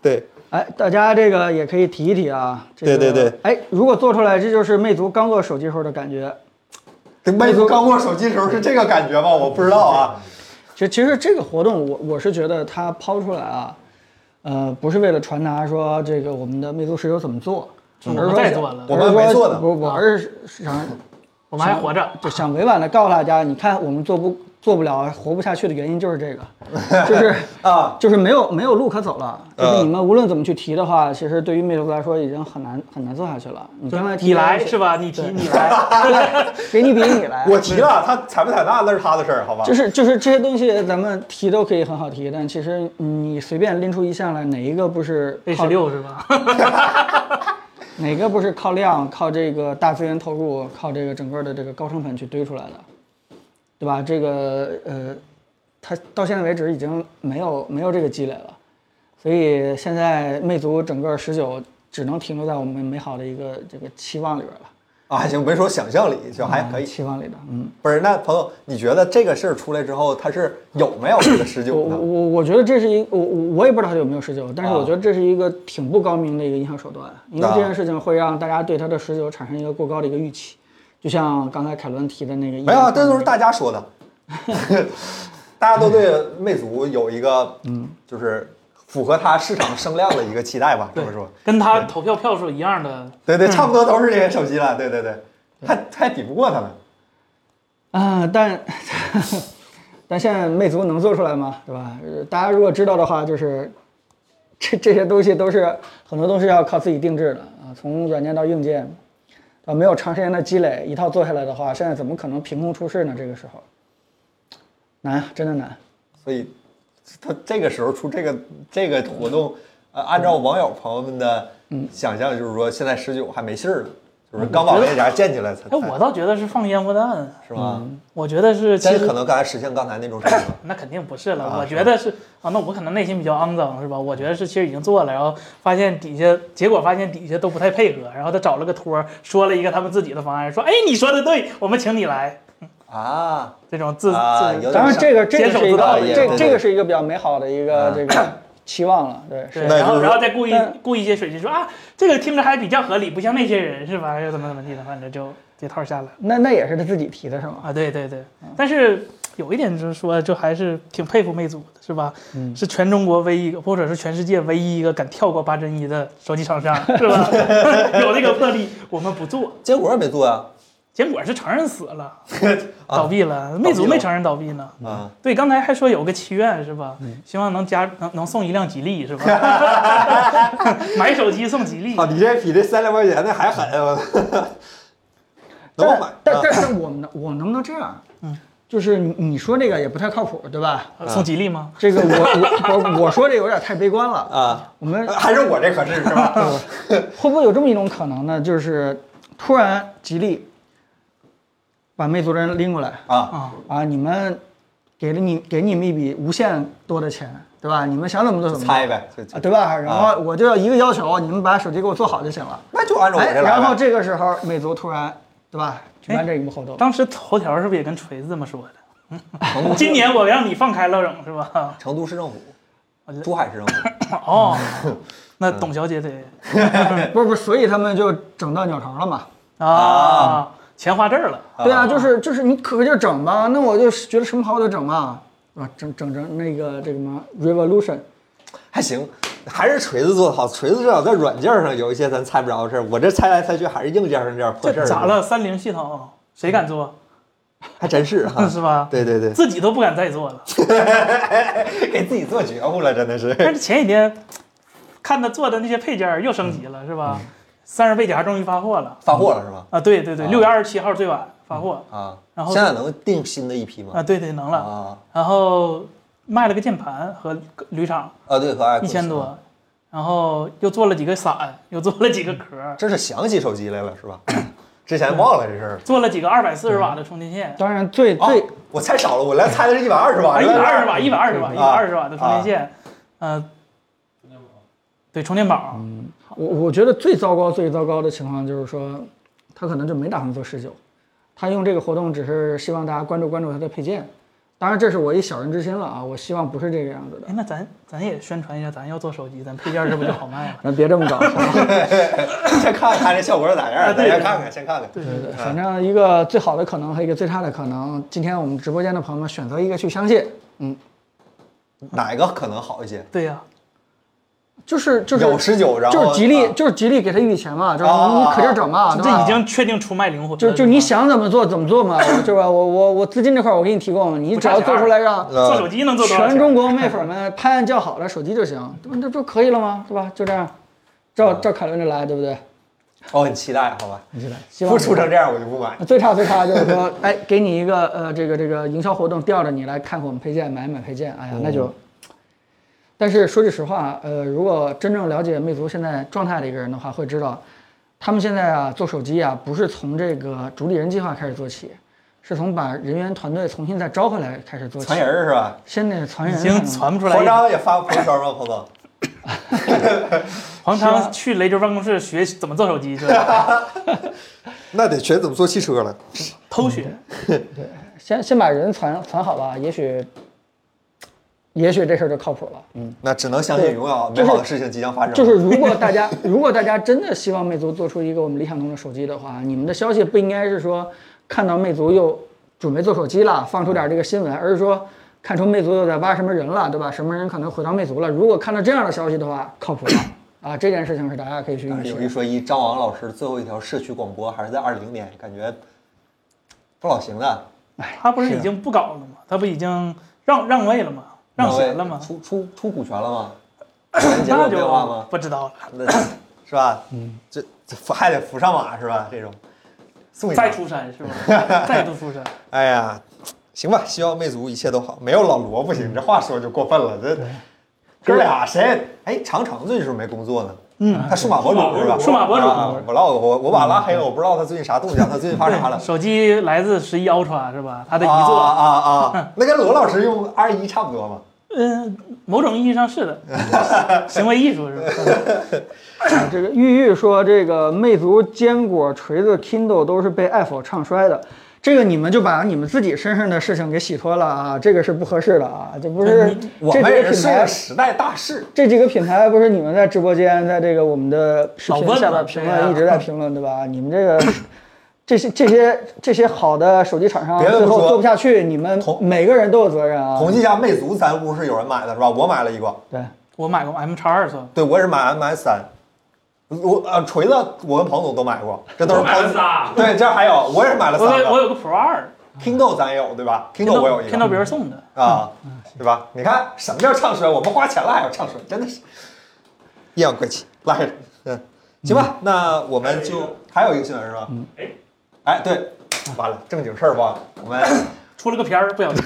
A: 对，
D: 哎，大家这个也可以提一提啊。这个、
A: 对对对。
D: 哎，如果做出来，这就是魅族刚做手机时候的感觉。
A: 这魅族刚握手机的时候是这个感觉吗？我不知道啊。
D: 其实其实这个活动我，我是觉得它抛出来啊，呃，不是为了传达说这个我们的魅族十九怎么做，
B: 就
D: 而是
B: 我
D: 说
B: 们在
D: 想
B: 做了
A: 嗯
D: 而
A: 我
D: 是
A: 们没
D: 说
A: 做呢
D: 不，我而是想
B: 我们还活着。
D: 就想委婉的告诉大家，你看我们做不做不了、活不下去的原因就是这个，就是
A: 啊，
D: 就是没有没有路可走了。就
A: 呃
D: 是你们无论怎么去提的话，其实对于魅族来说已经很难很难做下去了。你刚才提
B: 你来
D: 的
B: 是吧？你提你来，
D: 谁你比你来，
A: 我提了，他采不采纳那是他的事儿，好吧
D: 就？是就是这些东西咱们提都可以很好提，但其实你随便拎出一项来，哪一个不是
B: A
D: 靠
B: 十六是 吧？
D: 哪个不是靠量、靠这个大资源投入、靠这个整个的这个高成本去堆出来的，对吧？这个呃，它到现在为止已经没有没有这个积累了，所以现在魅族整个十九只能停留在我们美好的一个这个期望里边了，
A: 啊，还行，没说想象力，就还可以。
D: 期望里的，嗯。
A: 不是，那朋友，你觉得这个事儿出来之后，他是有没有这个十
D: 我
A: 九
D: 我
A: 呢？
D: 我我觉得这是一我我我也不知道它有没有十九，但是
A: 啊
D: 我觉得这是一个挺不高明的一个营销手段，因为
A: 啊
D: 这件事情会让大家对它的十九产生一个过高的一个预期，就像刚才凯伦提的那个，
A: 没有啊，这都是大家说 的， 大家都对魅族有一个，嗯，就是符合它市场声量的一个期待吧，这么说。
B: 跟他投票票数一样的，
A: 对
D: 嗯
A: 对，差不多都是这些手机了，对对对，还还比不过他们。
D: 啊、但但现在魅族能做出来吗？对吧？呃大家如果知道的话，就是这这些东西都是很多都是要靠自己定制的啊，从软件到硬件，啊，没有长时间的积累，一套做下来的话，现在怎么可能凭空出世呢？这个时候难，啊真的难。
A: 所以他这个时候出这个这个活动，呃，按照网友朋友们的
D: 嗯
A: 想象，就是说现在十九还没信儿了，就是刚把那家建起来才，
B: 哎，我倒觉得是放烟火弹，
A: 才是吗？
D: 嗯
B: 我觉得是其
A: 但是
B: 实
A: 可能刚才实现刚才那种水平了。
B: 那肯定不是
A: 啊
B: 了，我觉得是啊，那我可能内心比较肮脏是吧？我觉得是其实已经做了，然后发现底下结果发现底下都不太配合，然后他找了个托儿，说了一个他们自己的方案，说哎你说的对，我们请你来，
A: 啊
B: 这种自
A: 啊，有
B: 自
A: 点
D: 当然，
A: 像
D: 这个这个是一
B: 坚守不到
D: 个
A: 的
D: 这
A: 对对啊
D: 这个是一个比较美好的一个这个期望了，对，是
B: 对，
A: 那
B: 然
A: 就
B: 后
A: 是
B: 然后再故意
D: 但
B: 故意一些水军说啊这个听着还比较合理，不像那些人是吧？又怎么怎么地的，反正就这套下来。
D: 那那也是他自己提的是吗？
B: 啊，对对对，但是有一点就是说，就还是挺佩服魅族的，是吧？
D: 嗯
B: 是全中国唯一一个，或者是全世界唯一一个敢跳过八针一的手机厂商，是吧？ 有这个魄力，我们不做。
A: 坚果也没做呀，
B: 结果是承认死了，
A: 啊
B: 倒闭了，魅族
A: 了
B: 没承认倒闭呢。
A: 啊，
B: 对，刚才还说有个祈愿是吧？希望能加能能送一辆吉利是吧？ 买手机送吉
D: 嗯
B: 利
A: 啊，你这比这三两块钱的还狠，啊我 能不
D: 但
A: 买？
D: 但
A: 啊
D: 但是我们能我能不能这样？嗯，就是你你说这个也不太靠谱，对吧？
B: 呃送吉利吗？
D: 这个我我我我说这有点太悲观了。
A: 啊，
D: 我们
A: 还是我这可是是 吧？
D: 会不会有这么一种可能呢？就是突然吉利把魅族的人拎过来
A: 啊，
B: 啊，
D: 啊，你们给了你给你们一笔无限多的钱，对吧？你们想怎么做怎么做
A: 猜呗，就
D: 啊，
A: 就
D: 对吧？然后我就要一个要求，你们把手机给我做好就行了。
A: 那就按照我
D: 哎，
A: 这来
D: 然后
A: 呗。
D: 这个时候魅族突然对吧举办这一幕活动，
B: 当时头条是不是也跟锤子这么说的？嗯今年我让你放开了整是吧？
A: 成都市政府
B: 我觉得，
A: 珠海市政府，
B: 哦，那
A: 嗯
B: 董小姐得
D: 不是不是，所以他们就整到鸟巢了嘛。
B: 啊，钱花这儿了。
D: 对啊，就是就是你可就整吧，那我就觉得什么好我就整嘛，对吧？整整整那个这个什么 Revolution，
A: 还行，还是锤子做的好。锤子至少在软件上有一些咱猜不着的事儿，我这猜来猜去还是硬件上这点破事
B: 这
A: 儿。
B: 咋？了？三菱系统谁敢做？
A: 还真是哈，
B: 是吧
A: 嗯啊对对对，
B: 自己都不敢再做了。
A: 给自己做觉悟了，真的是。
B: 但是前几天看他做的那些配件儿又升级
A: 嗯
B: 了，是吧？散热背夹终于发货了
A: 发货了是吧？
B: 啊！对对对，
A: 啊
B: 六月二十七号最晚发货
A: 啊，
B: 然后
A: 现在能定新的一批吗？
B: 啊！对对，能了。
A: 啊
B: 然后卖了个键盘和铝厂
A: 啊，对，和 iQOO
B: 一千多，然后又做了几个伞，又做了几个壳儿，
A: 这是想起手机来了是吧？之前忘了这事儿了。
B: 做了几个二百四十瓦的充电线，
D: 当然最
A: 啊
D: 最、，
A: 我猜少了，我来猜的是一百二十瓦，
B: 哎啊，一百二十
A: 瓦。
B: 瓦，一百二十瓦，一百二十瓦的充电线，呃，对充电宝，
D: 我我觉得最糟糕、最糟糕的情况就是说，他可能就没打算做十九，他用这个活动只是希望大家关注关注他的配件。当然，这是我一小人之心了啊，我希望不是这个样子的？
B: 哎。，那咱咱也宣传一下，咱要做手机，咱配件儿这不就好卖了
D: 咱别这么搞，好吧？
A: 先看看这效果是咋样，
B: 啊
A: 咱
B: 对
A: 先看看，先看看。
B: 对
D: 对对，反正一个最好的可能和一个最差的可能，今天我们直播间的朋友们选择一个去相信，嗯，
A: 哪一个可能好一些？
B: 对呀，
D: 就是就是
A: 有十九，然
D: 就
A: 后
D: 是吉利
A: 啊
D: 就是吉利给他一笔钱嘛，就是
A: 啊
D: 你
A: 啊
D: 你
A: 啊
D: 可劲儿整嘛，对吧
B: 这已经确定出卖灵魂了。
D: 就就你想怎么做怎么 做嘛，对吧？我我我资金这块我给你提供，你只要做出来让
A: 呃
B: 做手机能做多少
D: 全
B: 钱？
D: 中国妹粉们拍案叫好了手机就行，对吧？这不可以了吗？对吧？就这样，照
A: 啊
D: 照凯伦着来，对不对？
A: 我哦很期待，好吧？
D: 你起来，希望
A: 不出成这样我就不买。
B: 嗯
D: 啊最差最差就是说，哎，给你一个呃这个这个营销活动，吊着你来看看我们配件，买一买配件，哎呀，那
B: 嗯
D: 就。但是说句实话，呃，如果真正了解魅族现在状态的一个人的话，会知道，他们现在啊做手机啊，不是从这个主理人计划开始做起，是从把人员团队重新再招回来开始做起
A: 传。人儿是吧？
D: 现在传
B: 已
D: 人啊
B: 经传不出来
A: 黄。章也发朋友圈吗？彭总，
B: 黄昌去雷州办公室学怎么做手机去了，
A: 那得学怎么做汽车了。
B: 偷学。
D: 先先把人传传好吧，也许，也许这事儿就靠谱了。
A: 那只能相信永远美好的事情即将发生。
D: 就是如果大家 如果大家真的希望魅族做出一个我们理想中的手机的话，你们的消息不应该是说看到魅族又准备做手机了，放出点这个新闻，而是说看出魅族又在挖什么人了，对吧？什么人可能回到魅族了？如果看到这样的消息的话，靠 谱了啊！这件事情是大家可以去
A: 但
D: 预
A: 是
D: 期
A: 有一
D: 的。
A: 说一，张王老师最后一条社区广播还是在二零年，感觉不老行的，
B: 他不是已经不搞了吗？他不已经让让位了吗？让
A: 那位
B: 贤了吗？
A: 出出出股权了吗？ 产结果变化 吗？
B: 不知道了。
A: 那是吧？嗯，这这扶还得扶上马是吧？这种送一马
B: 再出山是吧？再度出山，
A: 哎呀，行吧，希望魅族一切都好。没有老罗不行，这话说就过分了。这哥俩谁？哎，长城最近是不是没工作呢？嗯，他数码博主是吧？
B: 数码博主
A: 啊我老我我把他拉黑了，我不知道他最近啥动静，他最近发 啥了？
B: 手机来自十一 Ultra 是吧？它的
A: 啊
B: 遗
A: 啊
B: 作，
A: 啊啊！那跟罗老师用 R 一差不多嘛？
B: 嗯，某种意义上是的， 行为艺术是吧？
D: 啊这个玉玉说，这个魅族坚果、锤子、Kindle 都是被爱否唱衰的。这个你们就把你们自己身上的事情给洗脱了啊，这个是不合适的啊，这不是
B: 你
A: 我
D: 这
A: 们
D: 几
A: 也
D: 个
A: 是
D: 品
A: 顺
D: 牌
A: 着时代大势。
D: 这几个品牌不是你们在直播间，在这个我们的视
B: 老问
D: 频
B: 了
D: 下边评
B: 对
D: 论
B: 啊
D: 一直在评论，对吧？你们这个这些这些这些好的手机厂商
A: 别的不
D: 最后
A: 说
D: 做不下去，你们
A: 同
D: 每个人都有责任啊。
A: 统计一下，魅族咱屋是有人买的是吧？我买了一个，
D: 对，
B: 我买过 M 叉二算吗，
A: 对我也是买 MS 三。我呃锤子，我跟彭总都买过，这都是
C: 我买了
A: 彭
C: 仨，
A: 对，这还有我也是买了
B: 我
A: 三个。
B: 有我有个 Pro 二
A: Kindle 咱也有对吧？Kindle 我有一
B: ，Kindle
A: 个
B: 别人送的，
A: 啊，对吧？你看什么叫唱衰？我们花钱了还要唱衰，真的是阴阳怪气，拉黑了。嗯，行吧，那我们就还有一个新闻是吧？
C: 哎
A: 哎，对，完了，正经事儿忘了，我们
B: 出了个片儿，不小 心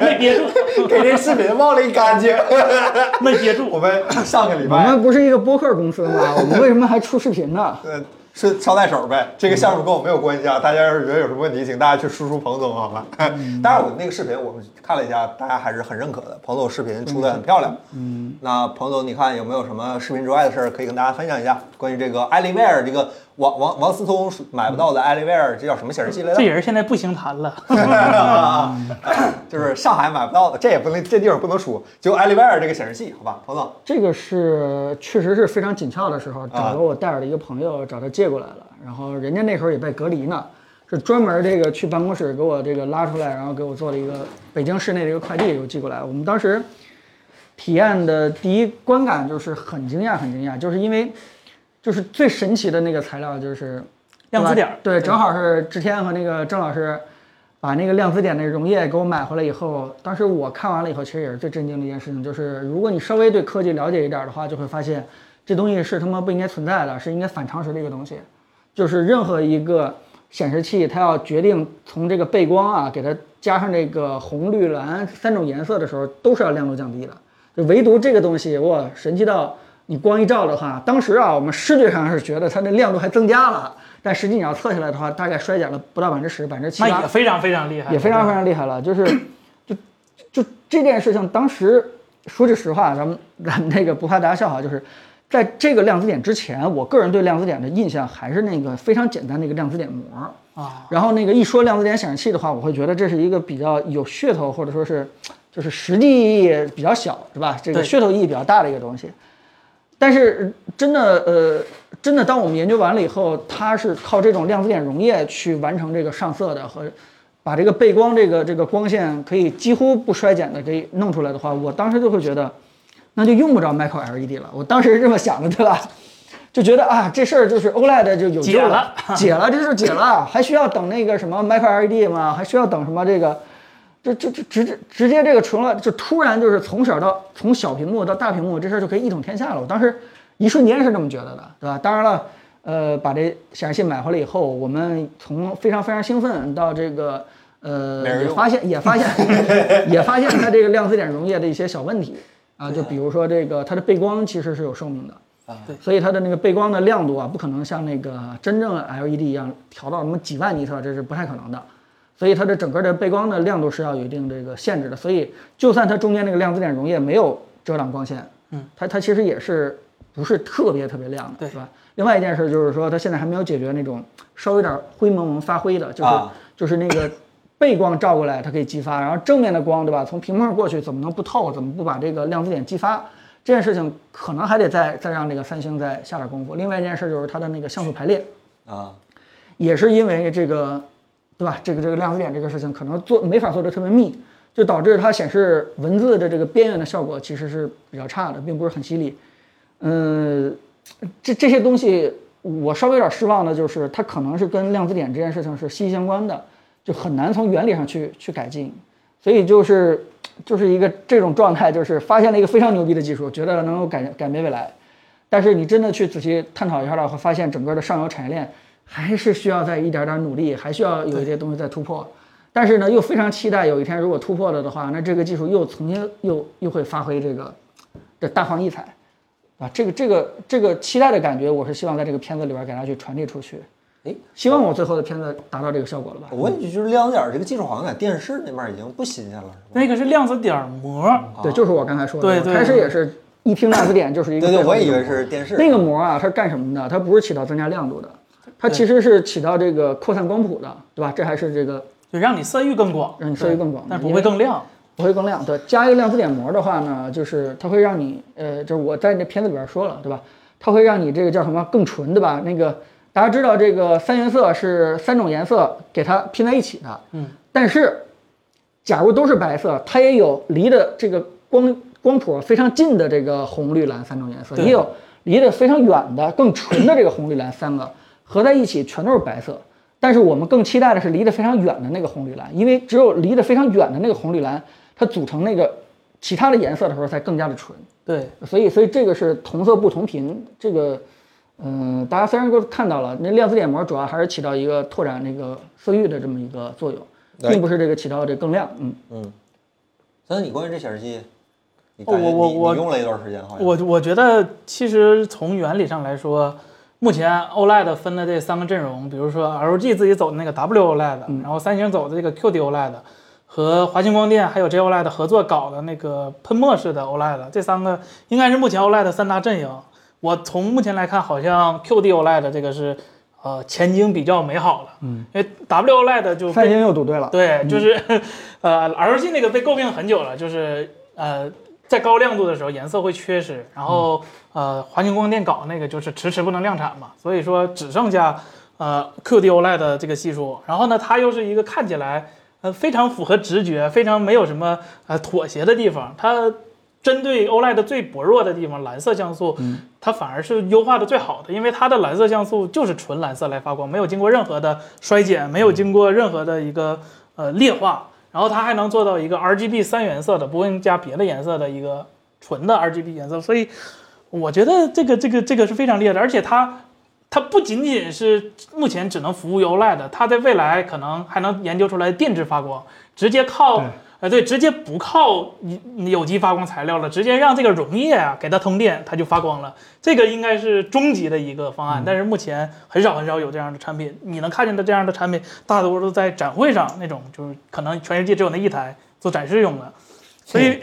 B: 没憋住，
A: 给这视频忘了一干净。
B: 没憋 住，
A: 我们上个礼
D: 我
A: 拜
D: 们不是一个播客公司 吗？我们为什么还出视频呢？
A: 呃，是捎带手呗。这个项目跟我没有关系啊，大家要是觉得有什么问题，请大家去输出彭总好吧。当然，我们那个视频我们看了一下，大家还是很认可的。彭总视频出的很漂亮。嗯，那彭总，你看有没有什么视频之外的事儿可以跟大家分享一下？关于这个艾利威尔这个王王王思聪买不到的艾利威尔，这叫什么显示器来
B: 这
A: 着？
B: 人现在不行谈了，
A: 啊 就是上海买不到的，这也不能这地方不能说，就艾利威尔这个显示器，好吧，彭总。
D: 这个是确实是非常紧俏的时候，找了我戴尔的一个朋友，找他借过来了。然后人家那时候也被隔离呢，是专门这个去办公室给我这个拉出来，然后给我做了一个北京市内的一个快递给我寄过来。我们当时体验的第一观感就是很惊讶，很惊讶，就是因为就是最神奇的那个材料就是
B: 量子点儿
D: 对，正好是志天和那个郑老师把那个量子点的溶液给我买回来以后，当时我看完了以后，其实也是最震惊的一件事情，就是如果你稍微对科技了解一点的话，就会发现这东西是他妈不应该存在的，是应该反常识的一个东西。就是任何一个显示器，它要决定从这个背光啊，给它加上这个红、绿、蓝三种颜色的时候，都是要亮度降低的。就唯独这个东西，哇，神奇到你光一照的话，当时啊，我们视觉上是觉得它那亮度还增加了，但实际你要测下来的话，大概衰减了不到百分之十，百分之七
B: 那也非常非常厉害，
D: 也非常非常厉害了。就是，就就这件事情，当时说句实话，咱们咱们那个不怕大家笑话，就是在这个量子点之前，我个人对量子点的印象还是那个非常简单的一个量子点膜
B: 啊。
D: 然后那个一说量子点显示器的话，我会觉得这是一个比较有噱头，或者说是就是实际意义比较小，是吧？这个
B: 对
D: 噱头意义比较大的一个东西。但是呃真的，呃，真的，当我们研究完了以后，它是靠这种量子点溶液去完成这个上色的和把这个背光这个这个光线可以几乎不衰减的给弄出来的话，我当时就会觉得，那就用不着 micro LED 了。我当时是这么想的，对吧？就觉得啊，这事儿就是 OLED 就有救
B: 解
D: 了
B: 了，
D: 解了，这事儿解了，还需要等那个什么 micro LED 吗？还需要等什么这个？这这这直直直接这个除了就突然就是从小到从小屏幕到大屏幕，这事儿就可以一统天下了。我当时一瞬间是这么觉得的，对吧？当然了，呃，把这显示器买回来以后，我们从非常非常兴奋到这个呃
A: 没人
D: 也
A: 用
D: 发现也 发现也发现它这个量子点溶液的一些小问题啊，就比如说这个它的背光其实是有寿命的。
B: 对
D: 所以它的那个背光的亮度啊，不可能像那个真正 LED 一样调到什么几万尼特，这是不太可能的。所以它的整个的背光的亮度是要有一定这个限制的。所以就算它中间那个量子点溶液没有遮挡光线，
B: 嗯，
D: 它它其实也是不是特别特别亮的，
B: 对
D: 是吧？另外一件事就是说，它现在还没有解决那种稍微有点灰蒙蒙发灰的，就是、
A: 啊
D: 就是那个背光照过来，它可以激发，然后正面的光，对吧？从屏幕上过去，怎么能不透？怎么不把这个量子点激发？这件事情可能还得再再让这个三星再下点功夫。另外一件事就是它的那个像素排列，
A: 啊，
D: 也是因为这个，对吧？这个这个量子点这个事情可能做没法做的特别密，就导致它显示文字的这个边缘的效果其实是比较差的，并不是很犀利。嗯，这这些东西我稍微有点失望的就是它可能是跟量子点这件事情是息息相关的，就很难从原理上去去改进。所以就是就是一个这种状态，就是发现了一个非常牛逼的技术，觉得能够改改变未来，但是你真的去仔细探讨一下的话，发现整个的上游产业链还是需要再一点点努力，还需要有一些东西在突破。但是呢，又非常期待有一天如果突破了的话，那这个技术又重新又又会发挥这个这大放异彩，啊，这个这个这个期待的感觉，我是希望在这个片子里边给大家去传递出去。
A: 哎，
D: 希望我最后的片子达到这个效果了吧？
A: 我问一句，就是亮子点儿这个技术好像在电视那边已经不新鲜了，是吧？
B: 那个是量子点膜，
D: 对，就是我刚才说的，
B: 对
D: 我
B: 对
D: 开始也是一听量子点就是一个
A: 对对，
D: 背后
A: 我也
D: 一
A: 以
D: 个
A: 为
D: 膜
A: 是电视。
D: 那个膜啊，它是干什么的？它不是起到增加亮度的，它其实是起到这个扩散光谱的，对吧？这还是这个
B: 就让你色域更广，
D: 让你色域更广
B: 但不会更亮。
D: 不会更亮。对，加一个量子点膜的话呢，就是它会让你，呃，就是我在那片子里边说了，对吧？它会让你这个叫什么更纯，对吧？那个大家知道这个三原色是三种颜色给它拼在一起的，
B: 嗯，
D: 但是假如都是白色，它也有离的这个光光谱非常近的这个红绿蓝三种颜色，
B: 对
D: 也有离得非常远的更纯的这个红绿蓝三个合在一起全都是白色。但是我们更期待的是离得非常远的那个红绿蓝，因为只有离得非常远的那个红绿蓝，它组成那个其他的颜色的时候才更加的纯。
B: 对，
D: 所以，所以这个是同色不同频，这个，嗯、大家虽然都看到了，那量子点膜主要还是起到一个拓展那个色域的这么一个作用，
A: 哎
D: 并不是这个起到这更亮，嗯，
A: 三三，你关于这显示器，你
B: 哦
A: 感觉
B: 我我
A: 你
B: 我
A: 你用了一段时间，好像
B: 我我觉得其实从原理上来说，目前 OLED 分的这三个阵容，比如说 LG 自己走的那个 WOLED，、然后 E
A: 嗯
B: 三星走的这个 QD-OLED，和 E 华星光电还有 JOLED E 合作搞的那个喷墨式的 OLED，这三个应该是目前 OLED 三大阵营。我从目前来看，好像 QD-OLED E 这个是呃前景比较美好的，嗯，因为 WOLED 就被
D: 三星又赌对了，
B: 对，就是、呃，LG 那个被诟病很久了，就是呃，在高亮度的时候颜色会缺失，然后、呃，华星光电搞那个就是迟迟不能量产嘛，所以说只剩下呃 QD OLED 的这个系数，然后呢，它又是一个看起来呃非常符合直觉，非常没有什么呃妥协的地方，它。针对 OLED 最薄弱的地方，蓝色像素，它反而是优化的最好的，因为它的蓝色像素就是纯蓝色来发光，没有经过任何的衰减，没有经过任何的一个呃劣化，然后它还能做到一个 RGB 三原色的，不会加别的颜色的一个纯的 RGB 颜色，所以我觉得这个这个这个是非常厉害的，而且它它不仅仅是目前只能服务于 OLED，它在未来可能还能研究出来电致发光，直接靠
D: 对
B: 呃对，直接不靠有有机发光材料了，直接让这个溶液啊给它通电，它就发光了。这个应该是终极的一个方案，但是目前很少很少有这样的产品。你能看见的这样的产品，大多都在展会上那 种，就是可能全世界只有那一台做展示用的。所以，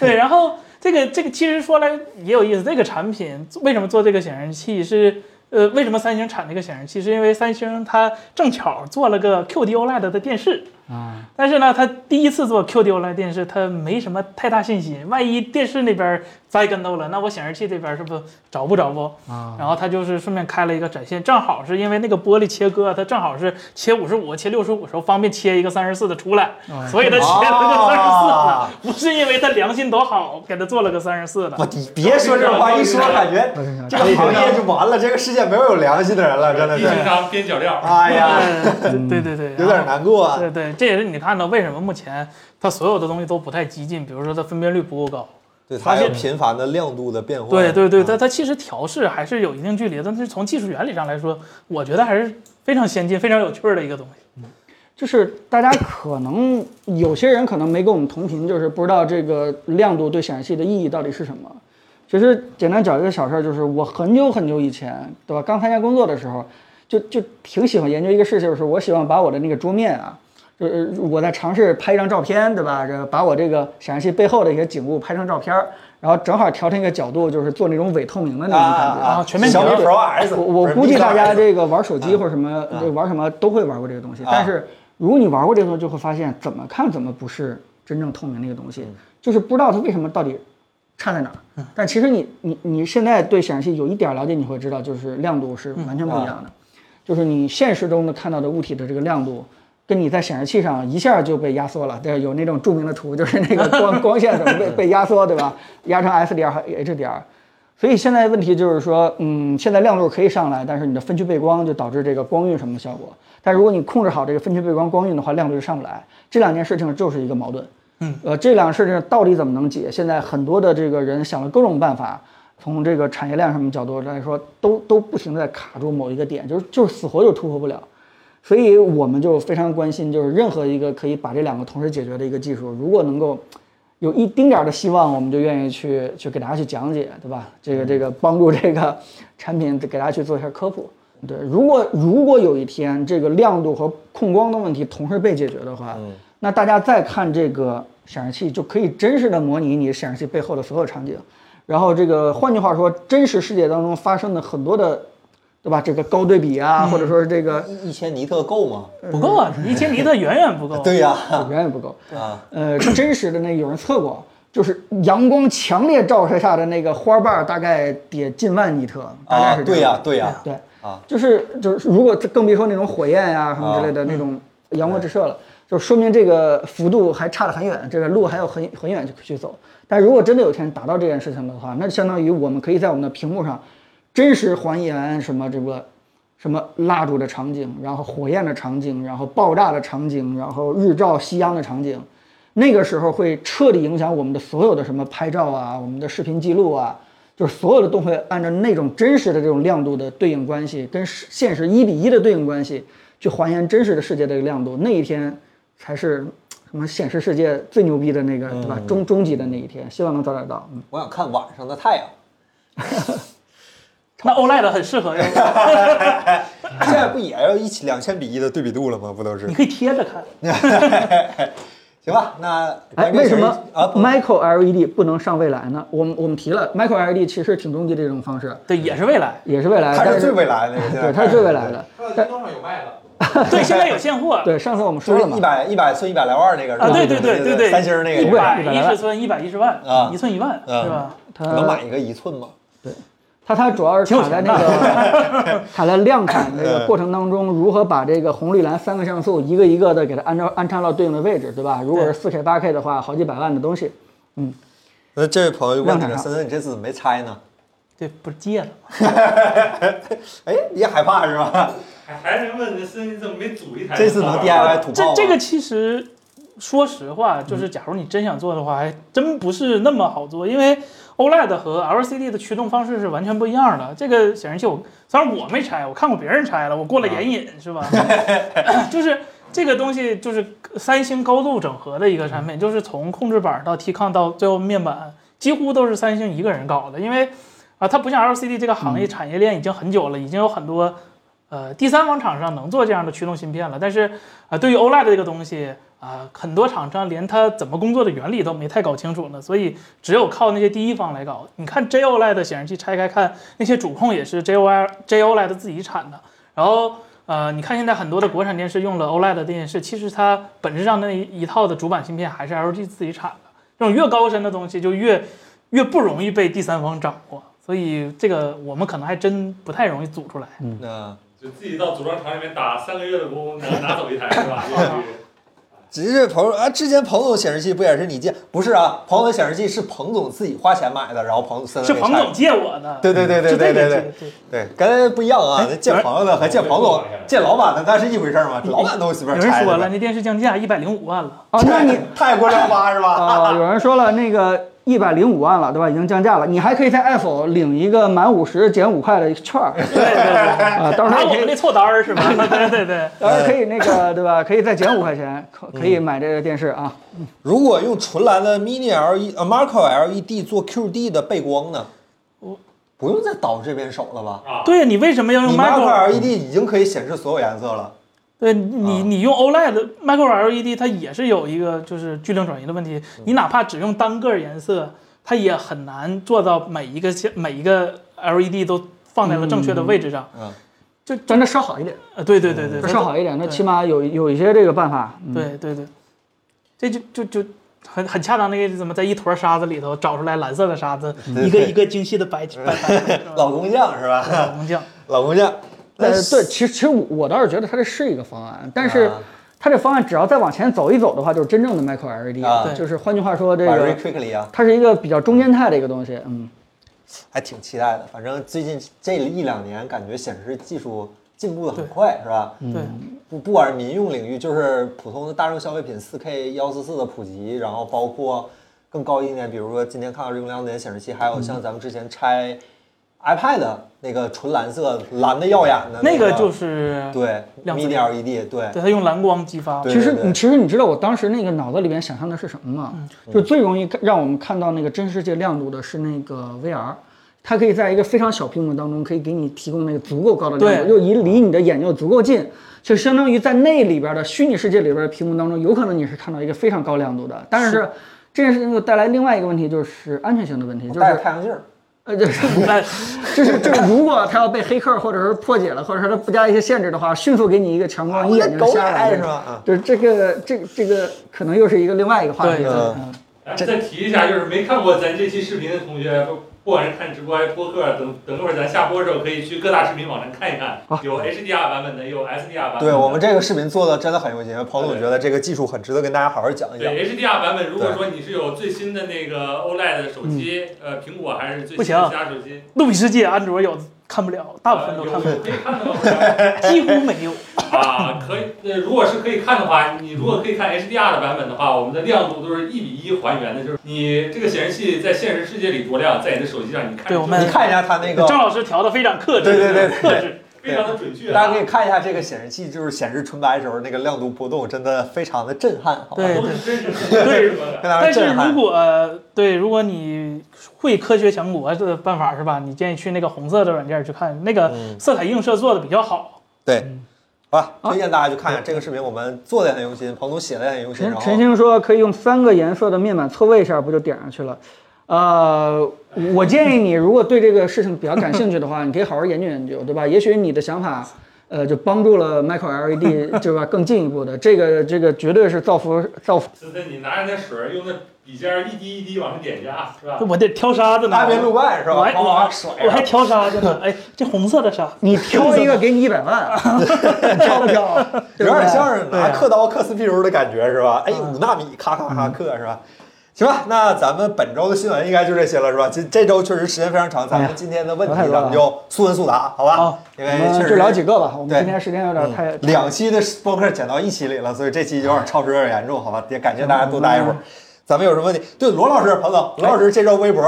B: 对，然后这这个这个其实说来也有意思，这个产品为什么做这个显示器是？呃，为什么三星产这个显示器？是因为三星它正巧做了个 QD OLED E 的电视，
D: 啊，
B: 但是呢，它第一次做 QD OLED E 电视，它没什么太大信心。万一电视那边栽跟头了，那我显示器这边是不是找不着不？
D: 啊
B: 然后他就是顺便开了一个展现，正好是因为那个玻璃切割，它啊正好是切五十五、切六十五时候方便切一个三十四的出来，
D: 哦
B: 所以他切了个三十四
A: 啊
B: 的，不是因为他良心多好，给他做了个三十四的。
A: 我你别说这种话，一说感觉
D: 我跟你
A: 这
D: 讲，
A: 个行业就完了，这个世界没有有良心的人了，真的
C: 一
A: 是。
C: 情商边角料。
A: 哎呀，
B: 嗯对对对，
A: 有点难过啊。
B: 对对，这也是你看到为什么目前它所有的东西都不太激进，比如说它分辨率不够高。
A: 对，
B: 它
A: 它
B: 是
A: 有频繁的亮度的变化。
B: 对对对，它
A: 啊
B: 它其实调试还是有一定距离的，但是从技术原理上来说，我觉得还是非常先进、非常有趣儿的一个东西。
D: 就是大家可能有些人可能没跟我们同频，就是不知道这个亮度对显示器的意义到底是什么。其实简单讲一个小事儿，就是我很久很久以前，对吧？刚参加工作的时候，就就挺喜欢研究一个事，就是我喜欢把我的那个桌面啊，就是我在尝试拍一张照片，对吧？这个把我这个显示器背后的一些景物拍成照片儿，然后正好调成一个角度，就是做那种伪透明的那种感觉。
A: 啊
B: 啊全面
A: 小米
B: 屏
A: Pro S，
D: 我我
A: 不是
D: 估计大家
A: Micro
D: 这个玩手机或者什么这玩什么都会玩过这个东西，但是如果你玩过这个东西，就会发现怎么看怎么不是真正透明那个东西，就是不知道它为什么到底差在哪儿。但其实你你你现在对显示器有一点了解，你会知道就是亮度是完全不一样的，就是你现实中的看到的物体的这个亮度。跟你在显示器上一下就被压缩了，对，有那种著名的图，就是那个光光线怎么被被压缩，对吧？压成 SDR 和 HDR，所以现在问题就是说，嗯，现在亮度可以上来，但是你的分区背光就导致这个光晕什么的效果。但如果你控制好这个分区背光光晕的话，亮度就上不来。这两件事情就是一个矛盾。嗯，呃，这两个事情到底怎么能解？现在很多的这个人想了各种办法，从这个产业链什么角度来说，都都不停的在卡住某一个点，就是就是死活就突破不了。所以我们就非常关心，就是任何一个可以把这两个同时解决的一个技术，如果能够有一丁点儿的希望，我们就愿意去去给大家去讲解，对吧？这个这个帮助这个产品给大家去做一下科普。对，如果如果有一天这个亮度和控光的问题同时被解决的话，那大家再看这个显示器，就可以真实的模拟你显示器背后的所有场景。然后这个，换句话说，真实世界当中发生的很多的，对吧？这个高对比啊，或者说是这个
A: 一一千尼特够吗？
B: 不够啊，一千尼特远远不够。
A: 对呀，
D: 远远不够。
A: 啊，
D: 呃，真实的那有人测过，就是阳光强烈照射下的那个花瓣，大概得近万尼特，大概
A: 啊，
D: 是这
A: 对
D: 样
A: 呀，对呀，
D: 对
A: 啊，
D: 就是就是，如果更别说那种火焰呀、什么之类的那种阳光直射了，就说明这个幅度还差得很远，这个路还有很很远去去走。但如果真的有一天达到这件事情的话，那相当于我们可以在我们的屏幕上真实还原什么这个什么蜡烛的场景，然后火焰的场景，然后爆炸的场景，然后日照夕阳的场景。那个时候会彻底影响我们的所有的什么拍照啊，我们的视频记录啊，就是所有的都会按照那种真实的这种亮度的对应关系，跟实现实一比一的对应关系，去还原真实的世界的这个亮度。那一天才是嗯什么显示世界最牛逼的那个，对吧？
A: 嗯
D: 终终极的那一天，希望能早点到。嗯，
A: 我想看晚上的太阳，
B: 那 OLED 很适合用，
A: 现在不也要一起两千比一的对比度了吗？不都是
B: 你？可以贴着看。
A: 行吧，那关
D: 哎，
A: 于这
D: 为什
A: 个
D: 么
A: 啊？不
D: micro LED 不能上未来呢？我们我们提了 micro LED 其实挺终极的一种方式，
B: 对，也是未来。
D: 也是未来，
A: 它
D: 但
A: 是最未来的那个，现在
D: 对，它是最未来的。
E: 它在京东上有卖的，
B: 对，现在有现货。
D: 对，上次我们
A: 就
D: 说了
A: 是
D: 嘛
A: 一，百一百寸一百来万那个是吧？
B: 啊，对
A: 对
B: 对
A: 对
B: 对，
A: 三星那个
B: 一
A: 也
D: 对
A: 是，
B: 百一十寸，一百一十万
A: 啊
B: 一寸一万，
A: 嗯
B: 是吧？
D: 它
A: 能买一个一寸吗？
D: 它它主要是卡在那 个卡在量产这个过程当中，如何把这个红绿蓝三个像素一个一个的给它按照安插到对应的位置，对吧？如果是四 K 八 K 的话，好几百万的东 西。
A: 那这位朋友就问你了，
D: 量产
A: 森森，你这次怎么没拆呢？
B: 这不是借了吗？
A: 哎，你也害怕是 吧？
C: 还还是问这森，你怎么没组一台？
A: 这次能 DIY 土
B: 这
A: 炮
B: 这
A: 吗
B: 个其实说实话，就是假如你真想做的话，还真不是那么好做，因为 OLED 和 LCD 的驱动方式是完全不一样的。这个显示器我虽然我没拆，我看过别人拆了，我过了眼瘾、是吧？ 就是这个东西就是三星高度整合的一个产品，就是从控制板到 Tcon 到最后面板，几乎都是三星一个人搞的，因为。啊，它不像 LCD 这个行业产业链已经很久了，已经有很多呃第三方厂商能做这样的驱动芯片了，但是啊、呃对于 OLED 这个东西啊、很多厂商连它怎么工作的原理都没太搞清楚呢，所以只有靠那些第一方来搞。你看 JOLED 的显示器拆开看，那些主控也是 JOL JOLED 自己产的，然后。呃，你看现在很多的国产电视用了 OLED 的电视，其实它本质上那一一套的主板芯片还是 LG 自己产的。这种越高深的东西就越越不容易被第三方掌握，所以这个我们可能还真不太容易组出来。
A: 嗯那
C: 就自己到组装厂里面打三个月的工，拿拿走一 台是吧？也
A: 只是彭啊，之前彭总显示器不也是你借？不是啊，彭总显示器是彭总自己花钱买的，然后彭森
B: 是
A: 给
B: 彭
A: 拆
B: 总借我的，
A: 对对对对
B: 是
A: 对
B: 这
A: 对对
B: 个这个这个
A: 对，跟不一样
B: 哎
A: 啊，那见朋友的和见彭总、见老板的那是一回事儿嘛，老板都随
B: 有
A: 便
B: 人
A: 拆
B: 说
A: 的
B: 了，
A: 呗。
B: 那电视降价一百零五万了，
D: 哦，那你
A: 太过六八是
B: 哦
A: 吧？
D: 啊、有人说了那个一百零五万了，对吧？已经降价了，你还可以在 Apple 领一个满五十减五块的券 儿
B: 对对对，
D: 啊，到时
B: 拿
D: 候
B: 我们
D: 也可以，
B: 那凑单儿是 吧？对对对，
D: 到时候可以那个对吧？可以再减五块钱，可可以买这个电视啊。
A: 如果用纯蓝的 Mini LED、呃 Marco LED 做 QD 的背光呢？
B: 我哎
A: 不用再倒这边手了吧？
C: 啊，
B: 对你为什么要用
A: 你
B: micro
A: Marco LED 已经可以显示所有颜色了。
B: 对你，
A: 啊
B: 你用 OLED micro LED，它也是有一个就是巨量转移的问题。
D: 嗯
B: 你哪怕只用单个颜色，它也很难做到每一个线每一个 LED 都放在了正确的位置上。
A: 嗯，
D: 咱这稍好一点，
B: 呃，对对对对，
D: 这
B: 它
D: 稍嗯好一点，那
B: 对
D: 起码有有一些这个办法。嗯，
B: 对对对，这就就就很很恰当的一个怎么在一坨沙子里头找出来蓝色的沙子，
D: 嗯
B: 一个一个精细的白白白
A: 老工匠是吧？
B: 老工匠。
A: 老工匠。
D: 呃，
A: 那
D: 对，其实其实我我倒是觉得它这是一个方案，但是
A: 啊
D: 它这方案只要再往前走一走的话，就是真正的 micro
A: 啊
D: LED，
B: 对
D: 就是换句话说，这
A: very
D: 个
A: quickly 啊，
D: 它是一个比较中间态的一个东西。嗯，
A: 还挺期待的。反正最近这一两年，感觉显示技术进步的很快，是吧？
D: 嗯
B: 对，
A: 不不管是民用领域，就是普通的大众消费品，4 K 144的普及，然后包括更高一点，比如说今天看到用亮点显示器，还有
B: 嗯
A: 像咱们之前拆 iPad 的那个纯蓝色，蓝的耀眼的
B: 那
A: 个
B: 个就是
A: 对
B: 亮
A: Mini
B: 色
A: LED，对
B: 对它用蓝光激发。
A: 对嗯
D: 其实你其实你知道我当时那个脑子里边想象的是什么吗？就最容易让我们看到那个真实世界亮度的是那个 VR。它可以在一个非常小屏幕当中，可以给你提供那个足够高的亮度，
B: 对
D: 又离离你的眼睛又足够近，就相当于在那里边的虚拟世界里边的屏幕当中，有可能你是看到一个非常高亮度的。但是这件事情又带来另外一个问题，就是安全性的问题，就
A: 戴着
D: 是
A: 太阳镜儿，
D: 呃，就是
B: 哎
D: 就是就是，如果它要被黑客或者是破解了，或者说它不加一些限制的话，迅速给你一个强光，一眼
A: 哦那
D: 睛
A: 狗
D: 瞎
A: 眼
D: 了
A: 是吧？啊，
D: 就是这个这个这个可能又是一个另外一个话题
B: 对
D: 了。
A: 嗯
D: 嗯
C: 咱
A: 这
C: 再提一下，就是没看过咱这期视频的同学，不不管是看直播还是播客，等等会儿咱下播的时候可以去各大视频网站看一看
D: 好，
C: 有 HDR 版本的，也有 SDR 版本的。
A: 啊对我们这个视频做的真的很用心，彭总觉得这个技术很值得跟大家好好讲一讲。
C: 对 HDR 版本，如果说你是有最新的那个 OLED 手机，
A: 嗯
C: 呃，苹果还是最
B: 不
C: 新
B: 行
C: 的其他手机，
B: 路比世界安卓有看不了，大部分都看不
C: 呃
B: 了
C: 有，可以看到吗
B: 几乎没有。
C: 啊，可以。呃，如果是可以看的话，你如果可以看 HDR 的版本的话，我们的亮度都是一比一还原的，就是你这个显示器在现实世界里多亮，在你的手机上你看
B: 对
C: 就是
B: 我们
A: 你看一下它那个
B: 张老师调的非常克制，
A: 对对对对
B: 克制。
C: 非常的准确、
A: 大家
C: 啊
A: 可。以看一下这个显示器，就是显示纯白时候那个亮度波动，真的非常的震撼，好吧？
B: 对
C: 都是真实的，
B: 对
A: 跟大家
B: 但是
A: 震
B: 如
A: 撼。
B: 果、呃对，如果你会科学强国的办法是吧？你建议去那个红色的软件去看，那个
A: 嗯
B: 色彩映射做的比较好。
A: 对，
D: 嗯
A: 好吧，推荐大家去看一下这个视频，我们做的也很用心，彭总写的也很用心，
D: 陈
A: 然
D: 陈
A: 后
D: 星说可以用三个颜色的面板错位一下，不就点上去了？呃，我建议你如果对这个事情比较感兴趣的话，你可以好好研究研究，对吧？也许你的想法。呃，就帮助了 E Micro LED，对吧？更进一步的，这个这个绝对是造福造福。
C: 森森，你拿着那水儿，用那笔尖儿一滴一滴往上点压，是吧？
B: 我得挑沙子呢，
A: 阿边路外是吧？
B: 我还
A: 往往往甩
B: 我还挑沙子呢。哎，这红色的沙，
D: 你挑一个给你一百 万，挑不挑？
A: 有
D: 对不
A: 点
D: 对嗯
A: 像是
B: 对
A: 拿
B: 啊
A: 刻刀刻 CPU 的感觉是吧？哎，五纳米咔咔咔刻是吧？行吧，那咱们本周的新闻应该就这些了，是吧？这这周确实时间非常长，咱
D: 哎
A: 们
D: 呀
A: 今天的问题
D: 聊太多
A: 咱
D: 了
A: 们就速问速答，好吧
D: 好？
A: 因
D: 我
A: 为确
D: 们
A: 实
D: 就聊几个吧，我们
A: 对
D: 今天时间有点太
A: 嗯、两期的播客剪到一期里了，所以这期有点超时有点严重，好吧？也感谢大家多待一
D: 嗯
A: 会儿。咱们有什么问题？对，罗老师、彭总，罗老师这周微博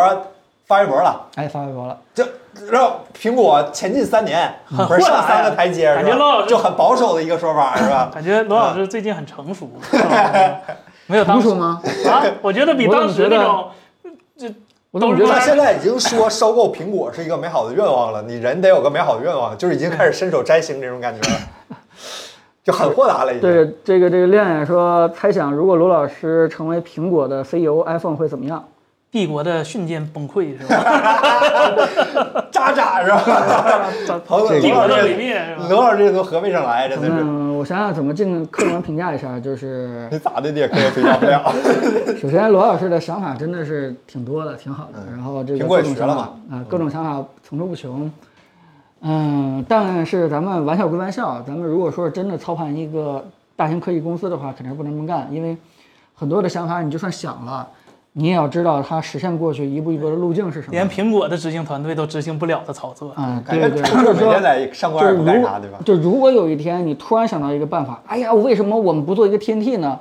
A: 发微博了，
D: 哎，发微博了。
A: 这让苹果前进三年不是上三个台阶
B: 感
A: 是
B: 觉罗
A: 吧
B: 老？师
A: 就很保守的一个说法是吧？
B: 感觉罗老师最近很成熟， 是吧没有当
D: 成
B: 时
D: 熟吗？
B: 啊，我觉得比
D: 我怎么
B: 当时
D: 觉得
B: 那种这
D: 我
B: 都
D: 总
B: 是
D: 觉
B: 过
D: 得
A: 他
B: 来
A: 现在已经说收购苹果是一个美好的愿望了，你人得有个美好的愿望，就是已经开始伸手摘星这种感觉了，就很豁达了已经。
D: 对这个这个亮眼说，猜想如果罗老师成为苹果的 CEO，iPhone 会怎么样？
B: 帝国的瞬间崩溃是 吧？
A: 渣渣是吧？彭总，
B: 帝
A: 罗
B: 国
A: 老
B: 的毁
A: 师，
B: 灭是吧？
A: 罗老师这都合不上来，真的是，
D: 嗯，我想想怎么尽客观评价一下，就是
A: 你咋的你也可以评价不了。
D: 首先罗老师的想法真的是挺多的，挺好的。然后这个
A: 嗯苹果
D: 各
A: 也
D: 种
A: 学了
D: 想
A: 嘛嗯
D: 法啊、各种想法层出不穷。嗯，但是咱们玩笑归玩笑，咱们如果说是真的操盘一个大型科技公司的话，肯定是不能这么干，因为很多的想法你就算想了，你也要知道它实现过去一步一步的路径是什么。
B: 连苹果的执行团队都执行不了的操作，
D: 啊、
A: 感
D: 对
A: 觉
D: 对，
A: 成
D: 就
A: 本
D: 是
A: 每
D: 说
A: 天在上
D: 就是
A: 班
D: 如
A: 不干啥，对吧？
D: 就如果有一天你突然想到一个办法，哎呀，为什么我们不做一个 TNT 呢？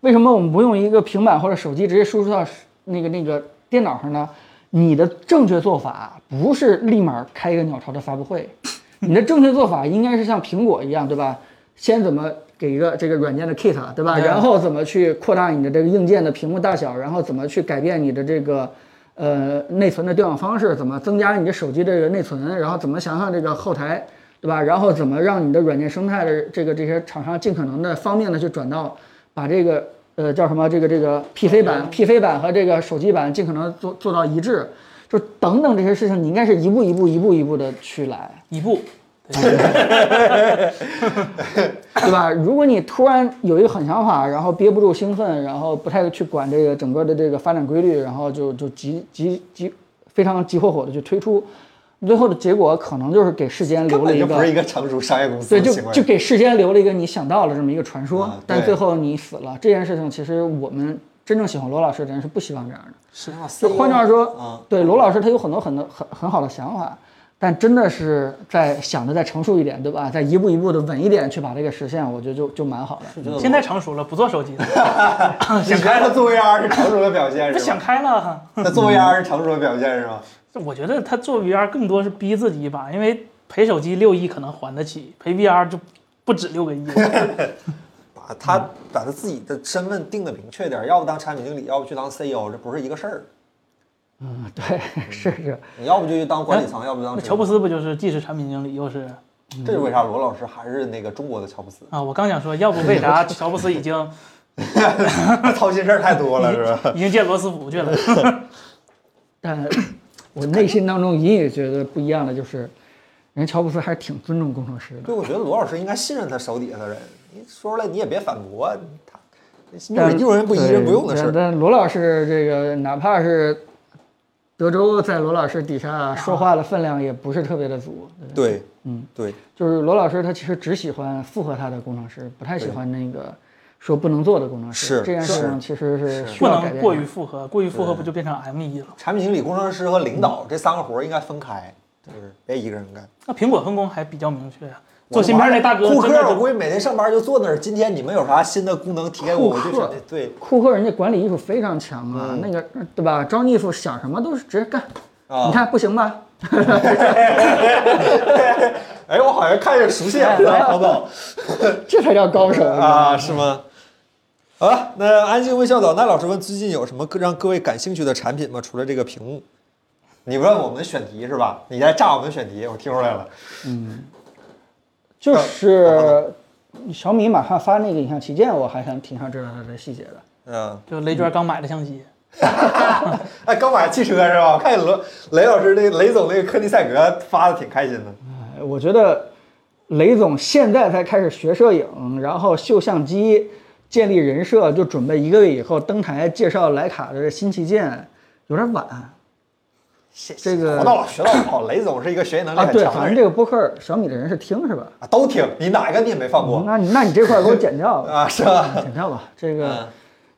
D: 为什么我们不用一个平板或者手机直接输出到那个那个电脑上呢？你的正确做法不是立马开一个鸟巢的发布会， 你的正确做法应该是像苹果一样，对吧？先怎么给一个这个软件的 kit，对吧？
B: 嗯
D: 然后怎么去扩大你的这个硬件的屏幕大小，然后怎么去改变你的这个呃内存的调用方式，怎么增加你的手机这个内存，然后怎么想想这个后台，对吧？然后怎么让你的软件生态的这个这些厂商尽可能的方便的去转到把这个呃叫什么这个这个 PC 版、PC 版和这个手机版尽可能做做到一致，就等等这些事情，你应该是一步一步一步一步的去来。
B: 一步
D: 对吧？如果你突然有一个狠想法，然后憋不住兴奋，然后不太去管这个整个的这个发展规律，然后就就急急急非常急火火的去推出，最后的结果可能就是给世间
A: 根
D: 留了
A: 本
D: 一
A: 就不是
D: 个。
A: 一个成熟商业公司
D: 对，
A: 的
D: 就
A: 行为。
D: 就给世间留了一个你想到了这么一个传说，
A: 啊对
D: 但最后你死了这件事情，其实我们真正喜欢罗老师的人是不希望这样的。
A: 是
D: 就换句话说，
A: 嗯
D: 对罗老师他有很多很多很很好的想法，但真的是在想的再成熟一点，对吧？再一步一步的稳一点去把这个实现，我觉得就就蛮好的。
B: 现在成熟了，不做手 机了，
A: 你觉得他做 VR 是成熟的表现
B: 他
A: 是
B: 想
A: 吗？
B: 开了哈。
A: 他做 VR 是成熟的表现是吗？
B: 我觉得他做 VR 更多是逼自己一把，因为赔手机六亿可能还得起，赔 VR 就不止六 个亿了。
A: 把他把他自己的身份定的明确点儿，要不当产品经理，要不去当 CEO，这不是一个事儿。
D: 嗯，对，是是，
A: 你要不就去当管理层，要不就当
B: 那
A: 职
B: 乔布
A: 员
B: 斯不就是既是产品经理又是？
A: 这是为啥罗老师还是那个中国的乔布斯
B: 啊？我刚想说，要不为 啥乔布斯已经
A: 操心事儿太多了，是吧？
B: 已经见罗斯福去了？
D: 但我内心当中隐隐觉得不一样的就是，人乔布斯还是挺尊重工程师的。
A: 对，我觉得罗老师应该信任他手底下的人。你说出来你也别反驳，他用
D: 但
A: 人用人不疑，
D: 对
A: 人不用的事
D: 但
A: 儿。
D: 但罗老师这个，哪怕是德州在罗老师底下说话的分量也不是特别的足。对
A: 对，
D: 嗯，
A: 对，
D: 就是罗老师他其实只喜欢附和他的工程师，不太喜欢那个说不能做的工程师。
A: 是
D: 这件事
A: 是
D: 情其实是 需
B: 不
D: 要
B: 能
D: 改变
B: 过
D: 的
B: 于复合，过于复合不就变成 ME 了？
A: 产品经理、工程师和领导这三个活儿应该分开，就是别一个人干。
B: 那苹果分工还比较明确啊。做芯片那大哥
A: 库
B: 真
A: 克
B: 的，
A: 我估
B: 就
A: 计每天上班就坐那儿。今天你们有啥新的功能提给我，我就
D: 库克
A: 准备对
D: 库克人家管理艺术非常强啊，
A: 嗯
D: 那个对吧？张艺术想什么都是直接干，
A: 啊
D: 你看不行吧？
A: 哎，我好像看着熟悉
B: 哎
A: 眼了，彭总
D: 这才叫高手！
A: 啊，是吗？好了，那安静微笑导，那老师问最近有什么各让各位感兴趣的产品吗？除了这个屏幕，你问我们选题是吧？你在炸我们选题，我听出来了。啊
D: 就是小米马上发那个影像旗舰，我还想挺想知道它的细节的。
A: 嗯，
B: 就雷军刚买的相机，
A: 哎，刚买汽车是吧？我看见罗雷老师那个雷总那个科尼赛格发的挺开心的。
D: 哎我觉得雷总现在才开始学摄影，然后秀相机，建立人设，就准备一个月以后登台介绍徕卡的新旗舰，有点晚。这个
A: 活到老学到老，雷总是一个学习能力
D: 啊，
A: 很
D: 对，
A: 强
D: 好
A: 的
D: 像
A: 人。
D: 这个播客小米的人是听是吧？
A: 啊都听，你哪个你也没放过
D: 那你那你这块儿给我剪掉吧，
A: 啊？是吧？
D: 剪掉吧。这个
A: 嗯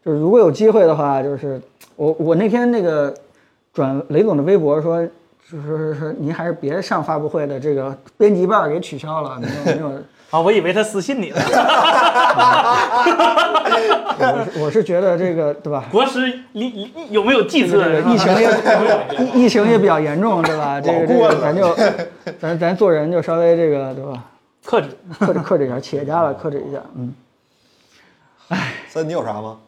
D: 就是如果有机会的话，就是我我那天那个转雷总的微博说，就是说说您还是别上发布会的这个编辑棒儿给取消了，没有没有。
B: 啊，我以为他私信你了。
D: 我是我是觉得这个对吧？
B: 国师，你你有没有计
D: 这
B: 策？
D: 个
B: 是吧
D: 疫情 也疫疫情也比较严重，对吧？这个这
A: 老过
D: 个
A: 了
D: 咱就咱咱做人就稍微这个对吧？
B: 克制，
D: 克制克制一下，企业家了，克制一下，嗯。
A: 森，你有啥吗？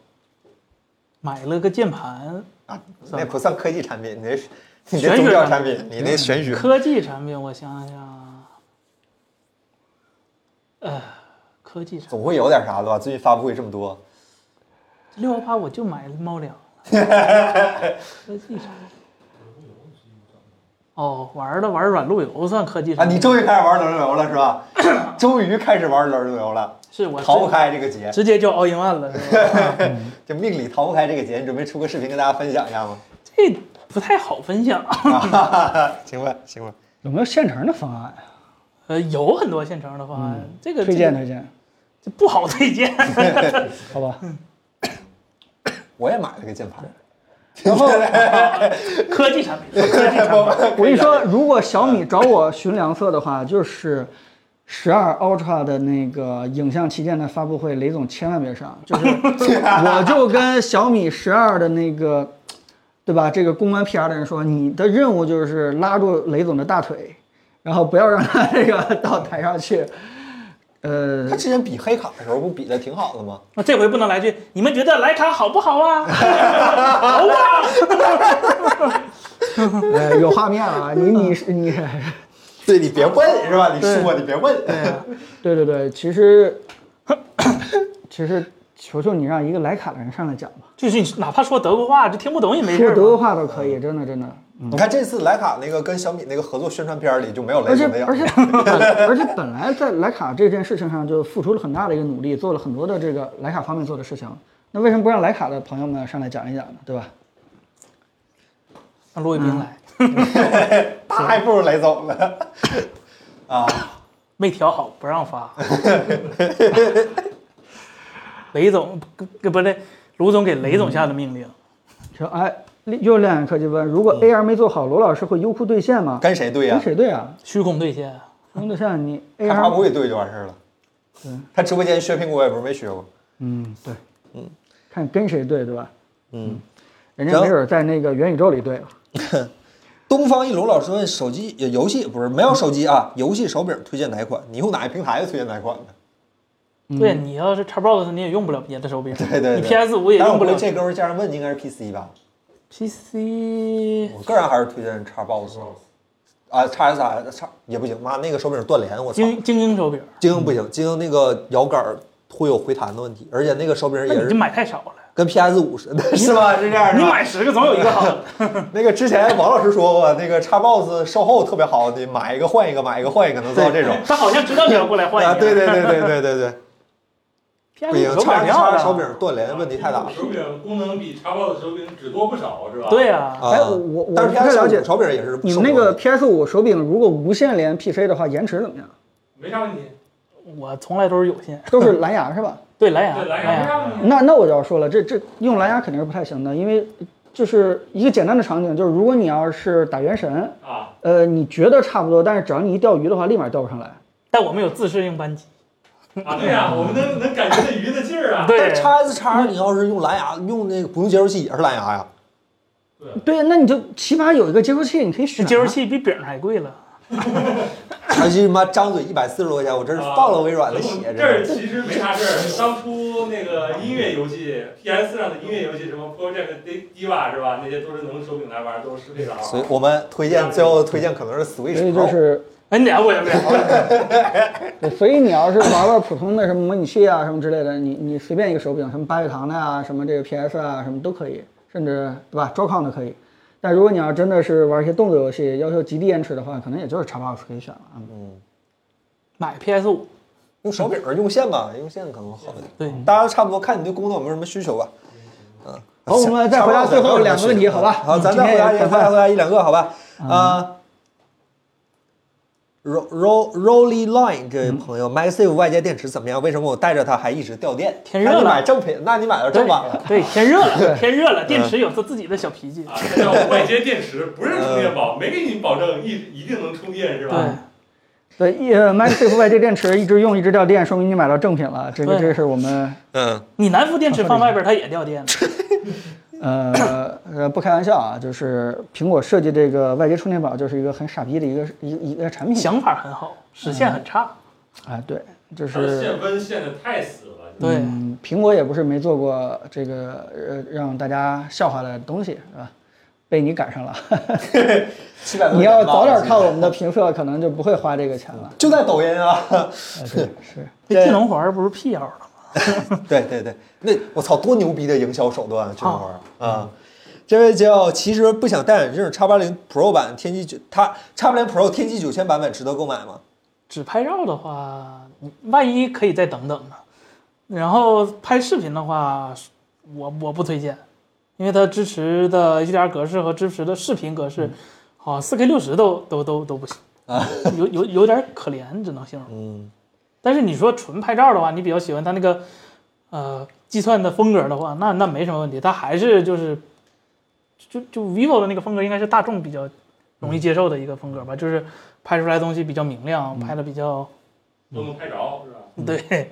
B: 买了个键盘，
A: 啊，那不算科技产品，你那是你
B: 玄
A: 那
B: 学
A: 宗教
B: 产
A: 产品，你那玄学。
B: 科技产品，我想想啊，呃，科技产品
A: 总会有点啥的吧？最近发布会这么多，
B: 六幺八我就买了猫粮了， 科技产品。哦，玩了玩软路由算科技
A: 啊，
B: 产品
A: 你终于开始玩轮流了是吧？ 终于开始玩轮流了，
B: 是我
A: 逃不开这个节，
B: 直接就 all in one 了，是吧？
A: 这命里逃不开这个节。你准备出个视频跟大家分享一下吗？
B: 这不太好分享。
A: 行吧，行吧。
D: 有没有现成的方案？啊
B: 呃，有很多现成的方案，这个
D: 推荐
B: 这个
D: 推荐，
B: 这不好 推荐。
D: 好吧？
A: 我也买了个键盘，
D: 然后
B: 科技产 品，科技产品，
D: 我跟你说，如果小米找我寻良策的话， 就是十二 Ultra 的那个影像旗舰的发布会，雷总千万别上。就是我就跟小米十二的那个，对吧？这个公关 PR 的人说，你的任务就是拉住雷总的大腿，然后不要让他这个到台上去。 呃
A: 他，之前比黑卡的时候不比的挺好的吗？
B: 那这回不能来句你们觉得徕卡好不 好啊？好啊！
D: 呃，有画面了，你你是你。
A: 对你别问是吧？你说你别问。
D: 对对对，其实 其实求求你让一个徕卡的人上来讲吧，
B: 就是你哪怕说德国话，就听不懂也没事
D: 说
B: 儿
D: 德
B: 嘛。
D: 国话都可以，真的真的。
A: 你看这次徕卡那个跟小米那个合作宣传片里就没有雷
D: 而且
A: 总的影
D: 而且
A: 子。
D: 本而且本来在徕卡这件事情上就付出了很大的一个努力，做了很多的这个徕卡方面做的事情，那为什么不让徕卡的朋友们上来讲一讲呢？对吧？
B: 让罗伟斌来，
A: 嗯那还不如雷总呢。啊，
B: 没调好不 让发。雷总不不对，卢总给雷总下的
A: 嗯
B: 命令，
D: 说哎，又亮眼科技问，如果 AR 没做好，罗老师会优酷兑现吗？
A: 跟谁对嗯呀、
D: 跟谁对啊？
B: 虚空兑现。
D: 跟对 象你
B: 哎
A: 开发布
D: AR
A: 会对就完事儿了。他直播间学苹果也不是没学过。
D: 嗯对，嗯，看跟谁对对吧？
A: 嗯，
D: 人家
A: 行
D: 没准在那个元宇宙里对了。
A: 东方一龙老师问手机呃游戏不是没有手机啊，游戏手柄推荐哪一款？你用哪个平台推荐哪一款呢？
B: 对你要是 Xbox 你也用不了别的手柄，
A: 嗯对对对
B: 你 PS 五也
A: 但是我
B: 用不
A: 觉
B: 了
A: 得这哥们儿这样问应该是 PC 吧？
B: PC。
A: 我个人还是推荐 Xbox 啊，X S R X 也不行，妈那个手柄断连，我操，
B: 精精英手柄，
A: 精英不行，精英那个摇杆儿会有回弹的问题，而且那个手柄也
B: 那你就是买太少了。
A: 跟 PS 五似的，是吧？是这样的。
B: 你买十个总有一个好的。
A: 那个之前王老师说过，那个 Xbox 售后特别好，你买一个换一个，买一个换一个，能做到这种。
B: 他好像知道你要过来换一
A: 啊，
B: 个。
A: 对对对对对对 哎对，不行
B: ，PS 手
A: ，X
B: 柄要
A: S
B: 的
A: 手。柄断连问题太大了。
C: 手柄功能比 Xbox 手柄只多不少，是吧？
B: 对呀，
A: 啊
D: 哎我我我
A: 但是
D: 不太
A: PS
D: 了解
A: 手柄也是
D: 你们那个 PS 5手柄如果无线连 PC 的话，延迟怎么样？
C: 没啥问题。
B: 我从来都是有线，
D: 都是蓝牙是吧？
B: 对蓝牙，
C: 对，蓝牙
B: 蓝
C: 没
B: 牙。
C: 啥问题。
D: 那那我就要说了，这这用蓝牙肯定是不太行的，因为就是一个简单的场景，就是如果你要是打原神，
C: 啊，
D: 呃，你觉得差不多，但是只要你一钓鱼的话，立马钓不上来。
B: 但我们有自适应扳机。
C: 啊，对呀、我们能能感觉那鱼的劲儿啊。
B: 对，
A: X S 叉，你要是用蓝牙，用那个不用接收器也是蓝牙呀。
D: 对，那你就起码有一个接收器，你可以
B: 这
D: 选、啊。
B: 接收器比饼还贵了。
A: 而且妈张嘴一百四十多块钱，我真是
B: 啊
A: 放了微软的血，
C: 啊这儿
A: 真是。
C: 其实没啥事儿。当初那个音乐游戏，PS 上的音乐游戏，什么 Project Diva 是吧？那些都是能手柄来玩儿，都是适配的啊。
A: 所以我们推荐最后推荐可能是
D: 所
A: Switch
D: 以就
A: Pro，
D: 是，
B: 哎，你聊不聊不聊？
D: 对所以你要是玩玩普通的什么模拟器啊什么之类的，你你随便一个手柄，什么八月堂的啊，什么这个 PS 啊，什么都可以，甚至对吧，Joy-Con 都可以。但如果你要真的是玩一些动作游戏，要求极低延迟的话，可能也就是 Xbox 可以选了啊。
B: 买 PS 五，
A: 用手柄儿用线吧，用线可能好一点。
B: 对，
D: 嗯
A: 当然差不多，看你对工作有没有什么需求吧。嗯
D: 好，我们再回答最后两个问题，好吧？嗯
A: 好，咱
D: 今
A: 再回
D: 天也
A: 答一回答
D: 很快嗯
A: 回答一两个，好吧？啊、呃、，roll roll rolly line 这位
D: 嗯
A: 朋友，MagSafe 外接电池怎么样？为什么我带着它还一直掉电？
B: 天热了
A: 那你买正品，那你买到正版啊了。
B: 对，天热了，天热了，电池有它自己的小脾气。
C: 啊，它叫外接电池，不是充电宝，没给你保证一一定能充电是吧？
B: 对，
D: 对，一呃 MagSafe 外接电池一直用一直掉电，说明你买到正品了。这个
B: 对
D: 这个是我们
A: 嗯，
B: 你南孚电池放外边它也掉电的。
D: 呃呃不开玩笑啊，就是苹果设计这个外接充电宝就是一个很傻逼的一个一个一个产品。
B: 想法很好，实现很差。
D: 哎，对，就
C: 它的
D: 是
C: 线分限的太死了。就是
B: 对
D: 嗯，苹果也不是没做过这个呃让大家笑话的东西，是吧？被你赶上了，
A: 七百多。
D: 你要早点看我们的，评测，可能就不会花这个钱了。
A: 就在抖音啊。
D: 哎对， 是，
B: 那金龙环不是辟谣了吗？
A: 对对对，那我操，多牛逼的营销手段啊！这玩意儿啊，这位叫其实不想戴眼镜，x 八零 Pro 版天玑九，它 x 八零 Pro 天玑九千版本值得购买吗？
B: 只拍照的话，万一可以再等等呢。然后拍视频的话，我我不推荐，因为它支持的 HDR 格式和支持的视频格式，好四 K 六十都都都都不行
A: 嗯啊，
B: 有有有点可怜，只能形容。
A: 嗯，
B: 但是你说纯拍照的话，你比较喜欢它那个呃计算的风格的话，那那没什么问题，它还是就是就就 vivo 的那个风格，应该是大众比较容易接受的一个风格吧，就是拍出来的东西比较明亮，拍的比较
C: 都能拍着，是吧？
B: 对，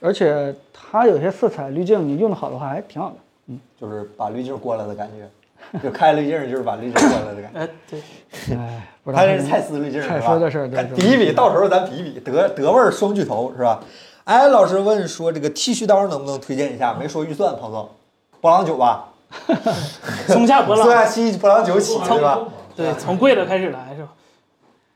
D: 而且它有些色彩滤镜，你用的好的话还挺好的。
A: 就是把滤镜关了的感觉，就开滤镜就是把滤镜关了的感觉。
B: 呃对，
D: 哎，不知道
A: 他这
D: 能
A: 是蔡司滤镜是吧？
D: 蔡司的事儿对
A: 哎
D: 对
A: 比一比，到时候咱比一比，德德味儿双巨头是吧？哎，老师问说这个剃须刀能不能推荐一下？没说预算，彭总，博朗九吧，
B: 松下博
A: 四
B: 朗，
A: 下七博朗九起对吧？
B: 对，从贵的开始来是吧？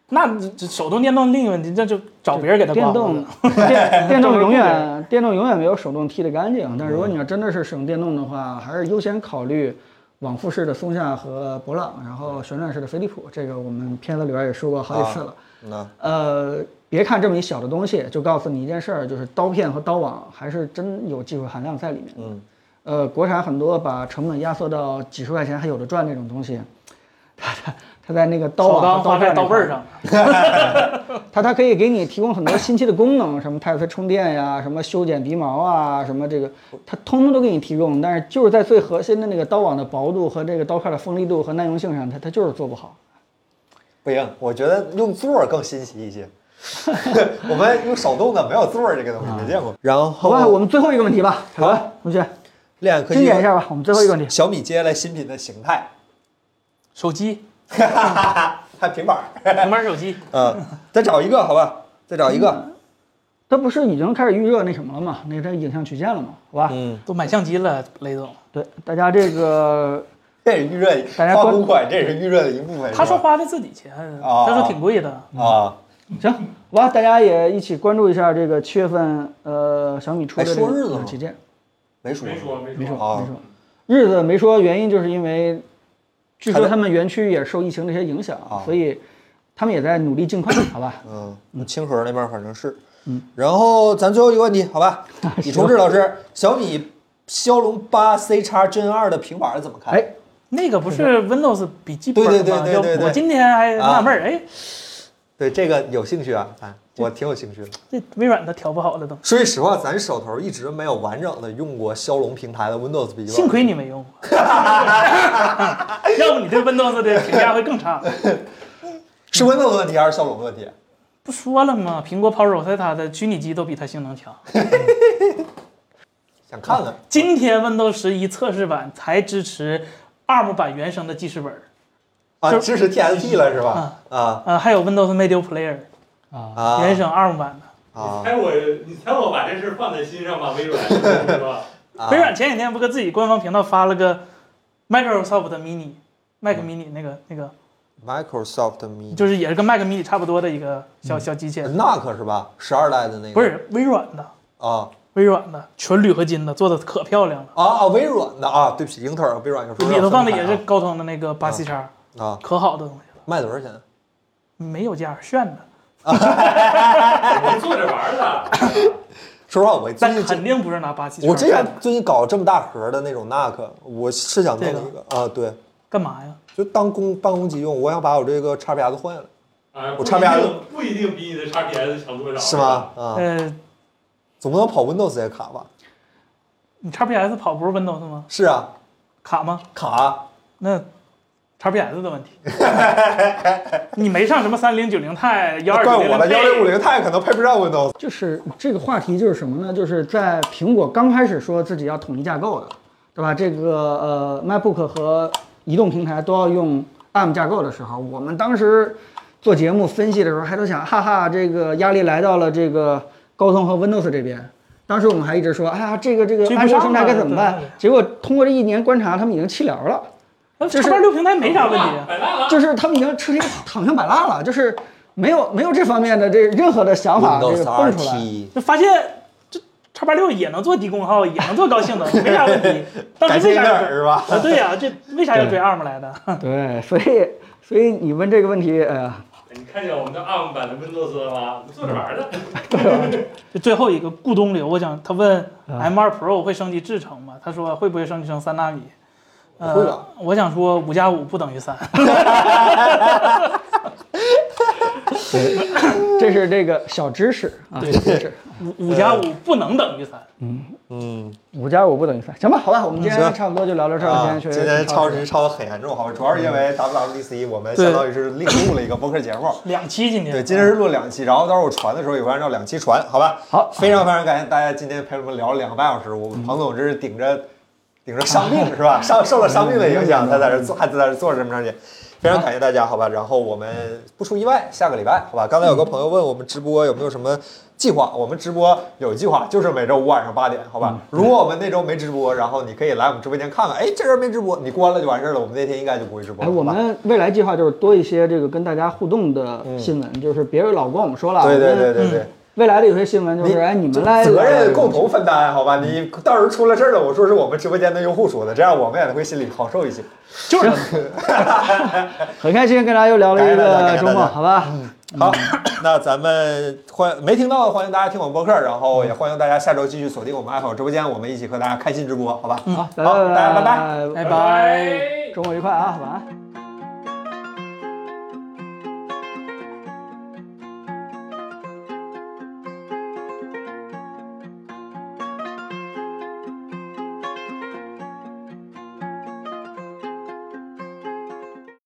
B: 那这这手动电动另一个问题，那就找别人给他
D: 电
B: 刮胡
D: 动
B: 子。，
D: 电电动永远电动永远没有手动剃的干净。但如果你要真的是省电动的话，还是优先考虑往复式的松下和博朗，然后旋转式的飞利浦。这个我们片子里边也说过好几次了。
A: 那
D: 呃，别看这么一小的东西，就告诉你一件事儿，就是刀片和刀网还是真有技术含量在里面。
A: 嗯，
D: 呃，国产很多把成本压缩到几十块钱还有的赚那种东西，它它它在那个刀
B: 首
D: 网
B: 钢花
D: 和刀
B: 在
D: 片
B: 刀背儿上，
D: 它它可以给你提供很多新奇的功能，什么 Type C 充电呀，什么修剪鼻毛啊，什么这个，它通通都给你提供。但是就是在最核心的那个刀网的薄度和这个刀片的锋利度和耐用性上，它它就是做不好。
A: 不行，我觉得用座儿更新奇一些。 我们用手动的没有座儿这个东西没见过。然后
D: 好吧，我们最后一个问题吧，好吧，同学，
A: 恋爱科技
D: 精简一下吧，我们最后一个问题。
A: 小米接下来新品的形态，
B: 手机，
A: 看平板儿。
B: 平板手机，
A: 嗯，再找一个好吧，再找一个。
D: 嗯它不是已经开始预热那什么了吗？那个它影像曲线了吗？好吧，
A: 嗯，
B: 都买相机了，雷总。
D: 对大家这个
A: 这也是预热，
D: 大家
A: 发
D: 关
A: 布款这也是预热的一部分。
B: 他
A: 是吧
B: 说花的自己钱，
A: 哦
B: 他说挺贵的。
A: 啊，
D: 行，好吧，大家也一起关注一下这个七月份呃小米出的
A: 哎
D: 这
A: 说日子
D: 个
A: 吗
D: 旗舰。
A: 没说
C: 没说，没
D: 没
C: 说
D: 说，
A: 啊
D: 没说，日子没说，原因就是因为，据说他们园区也受疫情这些影响
A: 啊，
D: 所以他们也在努力尽快，好吧？
A: 嗯，清河那边反正是。嗯，然后咱最后一个问题，好吧？
D: 啊
A: 李崇志老师，小米骁龙八 C x Gen 二的平板儿怎么看？
D: 哎，
B: 那个不是 Windows 笔记本吗？
A: 对对对对对对
B: 就我今天还纳闷儿，哎，
A: 对这个有兴趣啊？哎，我挺有兴趣的。
B: 这微软的调不好了都。
A: 说句实话，咱手头一直没有完整的用过骁龙平台的 Windows 笔记本。
B: 幸亏你没用 过，要不你对 Windows 的评价会更差。
A: 是 Windows 的问题还是骁龙的问题？
B: 不说了吗？苹果跑 Rosetta 的虚拟机都比它性能强。
A: 想看看。
B: 今天 Windows 十一测试版才支持 ARM 版原生的记事本儿，
A: 啊，
B: 就
A: 支持 TSP 了是吧？啊
B: 呃，还有 Windows Media Player
A: 啊
B: 原生 ARM 版的。
A: 啊
C: 你！猜我，你猜我把这事儿放在心上吧，微软是吧？
A: 啊
B: 微软前几天不搁自己官方频道发了个 Microsoft Mini、Mac
A: 嗯
B: Mini 那个那个，
A: Microsoft Mini
B: 就是也是跟 Mac Mini 差不多的一个
A: 嗯
B: 小小机器人，
A: NUC 是吧？十二代的那个
B: 不是微软的，
A: 啊
B: 微软的纯铝合金的，做的可漂亮了。
A: 啊啊！微软的啊，对不起，英特尔、微软有时候
B: 里头放的也
A: 要
B: 是
A: 分
B: 高通的那个八 C 叉，
A: 开啊，
B: 可好的东西了，
A: 卖多少钱？啊
B: 没有价，炫的。
C: 我坐着玩儿的。
A: 说实话，我最
B: 但
A: 近
B: 肯
A: 这
B: 定不是拿八 C 叉。
A: 我之前最近搞这么大盒的那种 NUC，我是想弄一个啊，对，
B: 干嘛呀？
A: 就当工办公机用，我想把我这个 XPS 换了，
C: 啊，
A: 我差别还是
C: 不一定不一定比你的 XPS 强多少，
A: 是吗？？啊，
B: 呃，
A: 总不能跑 Windows 也卡吧？
B: 你 XPS 跑不是 Windows 吗？
A: 是啊，
B: 卡吗？
A: 卡
B: 那 XPS 的 问题。你没上什么三零九零钛、幺二
A: 怪
B: 九
A: 我了，幺零五
B: 零。
A: 零 Ti 可能配不上 Windows
D: 就是这个话题就是什么呢？就是在苹果刚开始说自己要统一架构的，对吧？这个呃 MacBook 和移动平台都要用 ARM 架构的时候，我们当时做节目分析的时候，还都想，哈哈，这个压力来到了这个高通和 Windows 这边。当时我们还一直说，哎呀，这个这个
B: 追不
D: 安卓
B: 上
D: 生态该
B: 了
D: 怎么
B: 对
D: 办？结果通过这一年观察，他们已经弃聊了。
B: 那
D: 就是
B: 叉八六平台没啥问题啊。
C: 摆烂了。
D: 就是他们已经彻底躺平摆烂了，就是没有没有这方面的这任何的想法这
A: Windows
D: 个蹦出来。
A: RT，
B: 就发现这叉八六也能做低功耗，也能做高性能，没啥 问题。当
A: 感
B: 时
A: 谢
B: 为
A: 英特
B: 啥要
A: 尔
B: 追？
A: 是吧？
B: 啊，对呀、这为啥要追 ARM 来的？
D: 对，所以所以你问这个问题，哎呀，
C: 你看见我们的 ARM 版的 Windows 了吗？我们做着玩儿的。
B: 就最后一个顾东流，我想他问
D: 啊
B: M2 Pro 会升级制程吗？他说会不会升级成三纳米？呃、
A: 会吧
B: 我想说五加五不等于三。
D: 这是这个小知识啊，小知识。
B: 五五加五不能等于三。
A: 嗯，
D: 五加五不等于三，行吧，好吧，我们今天
A: 行
D: 差不多就聊到这儿，
A: 啊，
D: 今天确
A: 今
D: 实
A: 天
D: 挺
A: 超
D: 时
A: 时嗯超的很严重，好吧？主要是因为 WWDC 我们相当于是另录了一个播客节目。
B: 两期今天，
D: 嗯
A: 对，今天是录了两期，然后到时候我传的时候也会按照两期传，好吧？
D: 好
A: 非常非常感谢大家今天陪我们聊了两个半小时，我们彭总真是顶着顶着伤病是
D: 嗯
A: 吧？伤受了伤病的影响，他在这坐还在这坐着这么长时间，非常感谢大家，好吧？然后我们不出意外，下个礼拜好吧？刚才有个朋友问我们直播有没有什么计划，我们直播有计划，就是每周五晚上八点，好
D: 嗯
A: 吧？如果我们那周没直播，然后你可以来我们直播间看看，哎，这人没直播，你关了就完事儿了，我们那天应该就不会直播
D: 哎，
A: 了。
D: 我
A: 好吧
D: 们未来计划就是多一些这个跟大家互动的新闻，就是别老光我们说了，
A: 嗯对对对
D: 我们
A: 对对。
D: 未来的有些新闻就是，哎，你们来
A: 责
D: 来
A: 任共同分担，啊好吧？
D: 嗯
A: 你到时候出了事儿了，我说是我们直播间的用户说的，这样我们也会心里好受一些。
D: 就是 很开心跟大家又聊了
A: 感
D: 一
A: 谢大家嗯
D: 个
A: 感谢
D: 周末，
A: 大家
D: 好吧？
A: 好，
D: 嗯
A: 那咱们欢没听到的，欢迎大家听我们播客，然后也欢迎大家下周继续锁定我们爱好直播间，我
D: 嗯
A: 们一起和大家开心直播，好吧？
D: 好，
A: 好，大家拜拜。
D: 拜
B: 拜拜。
D: 周末愉快啊，晚安。